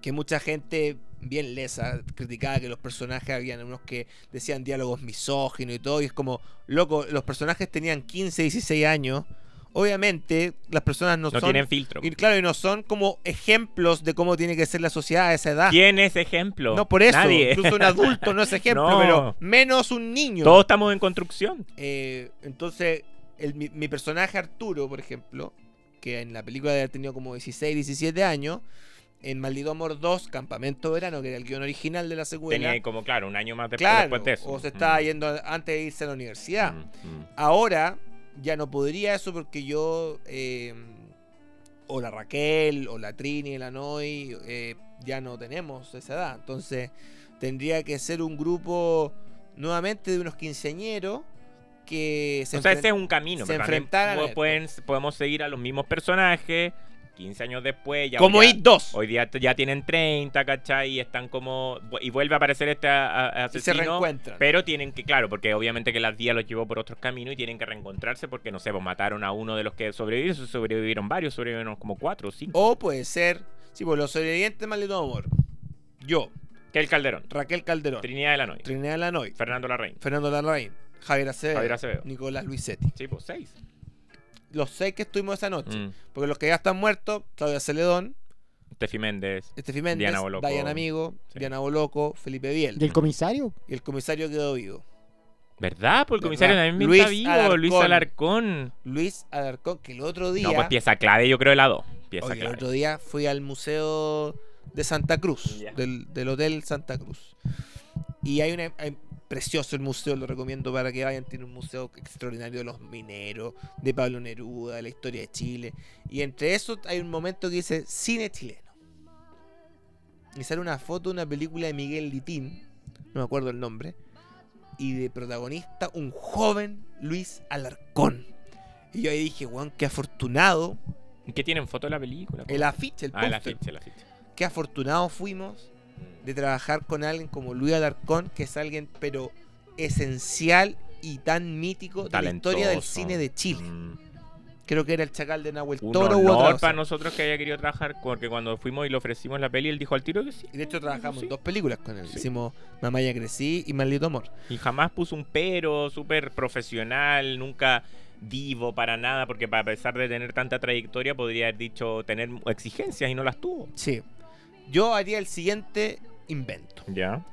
B: que mucha gente bien lesa criticaba que los personajes habían unos que decían diálogos misóginos y todo, y es como, loco, los personajes tenían 15, 16 años. Obviamente, las personas no,
C: No
B: son.
C: tienen filtro.
B: Y claro, y no son como ejemplos de cómo tiene que ser la sociedad a esa edad.
C: ¿Quién es ejemplo?
B: ah. No por eso,
C: Nadie.
B: incluso un adulto no es ejemplo,
C: No.
B: pero menos un niño.
C: Todos estamos en construcción.
B: Eh, entonces, el- mi, mi personaje Arturo, por ejemplo, que en la película debe haber tenido como 16, 17 años, en Maldito Amor 2, Campamento Verano, que era el guión original de la secuela,
C: Tenía como, claro, un año más después,
B: claro,
C: después de eso.
B: o se estaba
C: Mm,
B: yendo a- antes de irse a la universidad.
C: mm, mm.
B: Ahora ya no podría eso porque yo, eh, o la Raquel, o la Trini, la Noy, eh, ya no tenemos esa edad. Entonces tendría que ser un grupo nuevamente de unos quinceañeros que se
C: o sea,
B: enfren-
C: ese es un camino.
B: se
C: pero también
B: enfrentaran a
C: po-
B: esto.
C: pueden- podemos seguir a los mismos personajes 15 años después. Ya
B: como
C: hoy
B: IT
C: día,
B: 2.
C: hoy día t- ya tienen 30, ¿cachai? Y están como. Y vuelve a aparecer este a- a-
B: Y se
C: asesino.
B: reencuentran.
C: pero tienen que, claro, porque obviamente que las días los llevó por otros caminos y tienen que reencontrarse porque, no sé, pues mataron a uno de los que sobrevivieron, sobrevivieron varios, sobrevivieron como cuatro o cinco.
B: O puede ser, sí, pues los sobrevivientes de Maldito Amor. Yo,
C: Que el Calderón,
B: Raquel Calderón,
C: Trinidad de la Noche,
B: Trinidad Lanoy,
C: Fernando Larraín.
B: Fernando Larraín, Javier Acevedo,
C: Javier Acevedo.
B: Nicolás Luisetti.
C: Sí, pues seis.
B: Los seis que estuvimos esa noche.
C: Mm.
B: Porque los que ya están muertos, Claudia Celedón,
C: Tefi Méndez.
B: Estefi Méndez,
C: Diana Boloco.
B: Diana Amigo,
C: Sí.
B: Diana Boloco, Felipe Biel.
D: ¿Y el comisario?
B: Y el comisario quedó vivo.
C: ¿Verdad? Por el
B: ¿Verdad?
C: comisario también
B: Luis
C: está vivo, Luis Alarcón.
B: Luis Alarcón, que el otro día.
C: No, pues pieza clave, yo creo, de la 2. Pieza
B: Oye, el
C: clave.
B: otro día fui al museo de Santa Cruz,
C: Ya.
B: del, del Hotel Santa Cruz. Y hay una. hay- precioso el museo, lo recomiendo para que vayan. Tiene un museo extraordinario de los mineros, de Pablo Neruda, de la historia de Chile. Y entre eso hay un momento que dice cine chileno. Y sale una foto de una película de Miguel Litín, no me acuerdo el nombre. Y de protagonista, un joven Luis Alarcón. Y yo ahí dije, weón, qué afortunado
C: ¿Qué tienen foto de la película? po?
B: el afiche, el
C: ah, el
B: póster.
C: afiche, el afiche.
B: Qué afortunados fuimos de trabajar con alguien como Luis Alarcón, que es alguien pero esencial y tan mítico de la historia del
C: Talentoso.
B: cine de Chile.
C: Mm.
B: Creo que era el chacal de Nahuel
C: Un
B: Toro u otra
C: honor
B: cosa.
C: para nosotros que haya querido trabajar, porque cuando fuimos y le ofrecimos la peli, él dijo al tiro que sí.
B: Y de hecho trabajamos
C: Sí.
B: en dos películas con él.
C: Sí.
B: Hicimos Mamá ya crecí y Maldito Amor.
C: Y jamás puso un pero, súper profesional, nunca divo para nada, porque pa- a pesar de tener tanta trayectoria, podría haber dicho tener exigencias y no las tuvo.
B: Sí. Yo haría el siguiente invento.
C: Ya.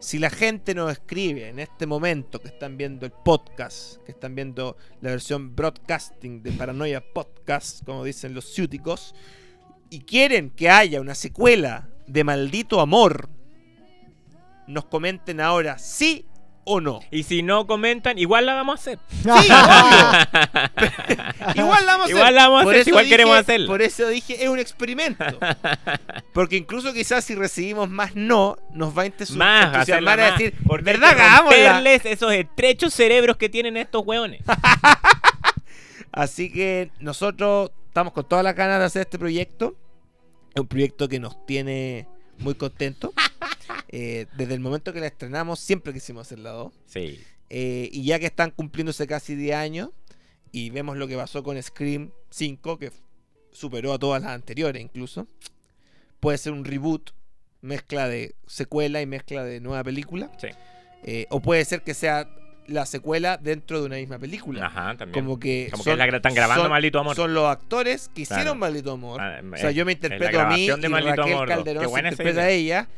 B: Si la gente nos escribe en este momento que están viendo el podcast, que están viendo la versión broadcasting de Paranoia Podcast, como dicen los ciúticos, y quieren que haya una secuela de Maldito Amor, nos comenten ahora sí o no.
C: Y si no comentan, igual la vamos a hacer.
B: Igual la vamos a hacer.
C: Igual la vamos a hacer,
B: eso
C: igual queremos
B: dije-
C: hacerla.
B: Por eso dije, es un experimento. Porque incluso quizás si recibimos más no, nos va a entusi-
C: más,
B: entusiasmar
C: hacerla
B: a
C: más,
B: decir,
C: porque hay
B: ¿verdad?
C: que
B: Hagámosla.
C: romperles esos estrechos cerebros que tienen estos hueones.
B: Así que nosotros estamos con todas las ganas de hacer este proyecto. Es un proyecto que nos tiene muy contentos. Eh, desde el momento que la estrenamos, siempre quisimos hacer la 2.
C: Sí.
B: Eh, y ya que están cumpliéndose casi 10 años, y vemos lo que pasó con Scream 5, que superó a todas las anteriores incluso, puede ser un reboot, mezcla de secuela y mezcla de nueva película.
C: Sí.
B: Eh, o puede ser que sea la secuela dentro de una misma película.
C: Ajá, también.
B: Como que,
C: Como que es la gra- están grabando
B: Eh, son-
C: Maldito Amor.
B: Son los actores que hicieron
C: Claro.
B: Maldito Amor.
C: Ah,
B: o sea,
C: es-
B: yo me
C: es la
B: interpreto a mí y
C: grabación de Maldito
B: Raquel
C: Amor dos.
B: Calderón
C: Qué
B: se
C: buena esa
B: interpreta a ella.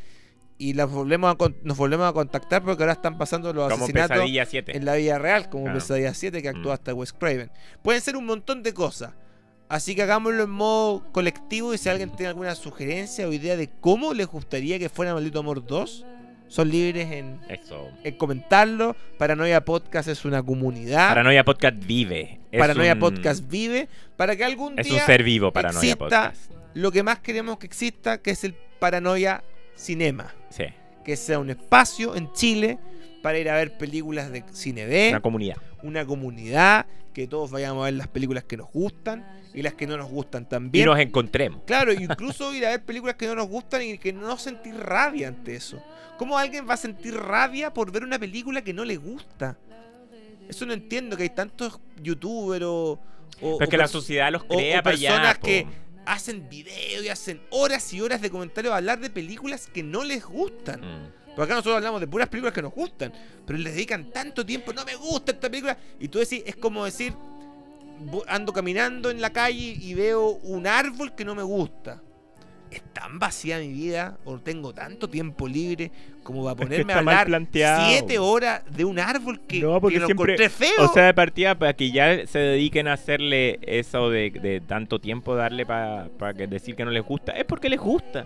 B: Y las volvemos a con- nos volvemos a contactar porque ahora están pasando los
C: Como
B: asesinatos
C: Pesadilla 7.
B: en la vida real, como
C: Claro.
B: Pesadilla 7 que actúa
C: Mm.
B: hasta Wes Craven. Pueden ser un montón de cosas. Así que hagámoslo en modo colectivo y si alguien tiene alguna sugerencia o idea de cómo les gustaría que fuera Maldito Amor 2, son libres en,
C: Eso.
B: en comentarlo. Paranoia Podcast es una comunidad. Paranoia,
C: Paranoia Podcast vive. Es un-
B: Ah. Podcast vive para que algún
C: Es un
B: día
C: ser vivo, Paranoia
B: exista.
C: Podcast.
B: lo que más queremos que exista, que es el Paranoia Cinema.
C: Sí.
B: Que sea un espacio en Chile para ir a ver películas de cine B,
C: Una comunidad.
B: una comunidad, que todos vayamos a ver las películas que nos gustan y las que no nos gustan
C: Y
B: también.
C: nos encontremos.
B: Claro, incluso ir a ver películas que no nos gustan y que no sentir rabia ante eso. ¿Cómo alguien va a sentir rabia por ver una película que no le gusta? Eso no entiendo, que hay tantos youtubers o... o-
C: Pero es
B: o
C: Pues que la
B: pers-
C: sociedad los
B: o-
C: crea
B: o
C: para allá,
B: personas
C: po.
B: que hacen videos y hacen horas y horas de comentarios a hablar de películas que no les gustan.
C: Mm.
B: Porque acá nosotros hablamos de puras películas que nos gustan, pero les dedican tanto tiempo, no me gusta esta película. Y tú decís, es como decir, vo- ando caminando en la calle y veo un árbol que no me gusta. Es tan vacía mi vida, o tengo tanto tiempo libre como para
E: que
B: ponerme a
E: está mal
B: hablar
E: planteado.
B: siempre horas de un árbol que,
E: No, porque
B: que lo
E: siempre-
B: encontré feo.
C: O sea, de partida, para que ya se dediquen a hacerle eso de, de tanto tiempo darle para decir que no les gusta, es porque les gusta.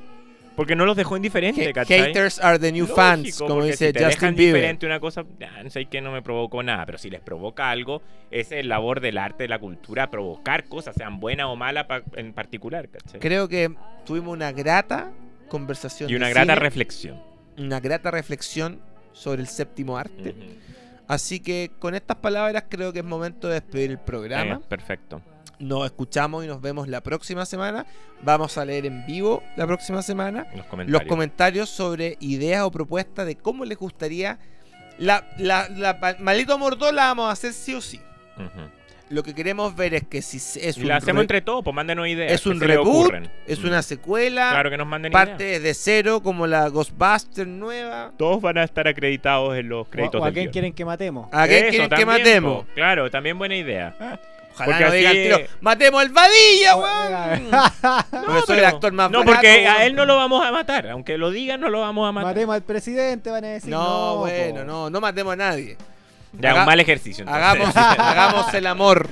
C: Porque no los dejó indiferente,
B: Ha-
C: ¿cachai?
B: Haters are the new
C: Lógico,
B: fans, como
C: porque
B: dice
C: si te
B: Justin
C: dejan
B: Bieber.
C: diferente una cosa, ya, no sé que no me provocó nada, pero si les provoca algo, esa es el labor del arte, de la cultura, provocar cosas, sean buenas o malas pa- en particular, ¿cachai?
B: Creo que tuvimos una grata conversación.
C: Y una
B: de
C: grata
B: cine,
C: reflexión.
B: una grata reflexión sobre el séptimo arte.
C: Ujú.
B: Así que con estas palabras creo que es momento de despedir el programa.
C: Eh, perfecto.
B: Nos escuchamos y nos vemos la próxima semana. Vamos a leer en vivo la próxima semana
C: Los
B: los
C: comentarios.
B: comentarios sobre ideas o propuestas de cómo les gustaría. La, la, la pa- Maldito Amor 2 la vamos a hacer sí o sí.
C: Ujú.
B: Lo que queremos ver es que si es
C: Y
B: un,
C: la hacemos
B: re-
C: entre todos, pues mándenos ideas.
B: es
C: que
B: un
C: se les
B: reboot,
C: ocurren.
B: es
C: Mm.
B: una secuela,
C: Claro que nos manden
B: parte
C: ideas.
B: desde cero como la Ghostbuster nueva.
E: Todos van a estar acreditados en los
D: O,
E: créditos
D: o a
E: del
D: quién
E: guión.
D: quieren que matemos.
B: ¿A qué
C: Eso,
B: quieren que
C: también,
B: matemos?
C: po. Claro, también buena idea.
B: Ojalá
C: Porque
B: no digan
C: así-
B: tiro. ¡Matemos al Vadilla, weón!
D: Matemos
B: Porque soy el
C: pero-
B: actor más
C: No,
B: barato,
C: porque
B: weón.
C: a él no lo vamos a matar. Aunque lo digan, no lo vamos a matar.
D: al presidente, van a decir.
B: No,
D: No,
B: bueno,
D: po".
B: no, no matemos a nadie.
C: Ya,
B: Haga-
C: un mal ejercicio. entonces.
B: Hagamos, hagamos el amor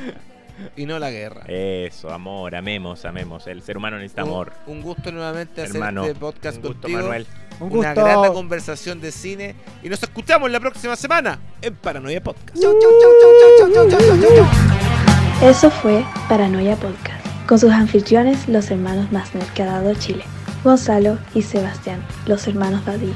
B: y no la guerra.
C: Eso, amor, amemos, amemos. El ser humano necesita
B: Un-
C: amor.
B: Un, gusto nuevamente hacer
C: Hermano,
B: este podcast
C: Un gusto,
B: Oh, contigo.
C: Manuel.
D: Un
B: Una
D: gusto.
B: grata conversación de cine. Y nos escuchamos la próxima semana en Paranoia Podcast.
D: Chau, chau, chau, chau, chau, chau, chau, chau, chau, chau.
A: Eso fue Paranoia Podcast, con sus anfitriones, los hermanos Masner que ha dado Chile, Gonzalo y Sebastián, los hermanos Badí.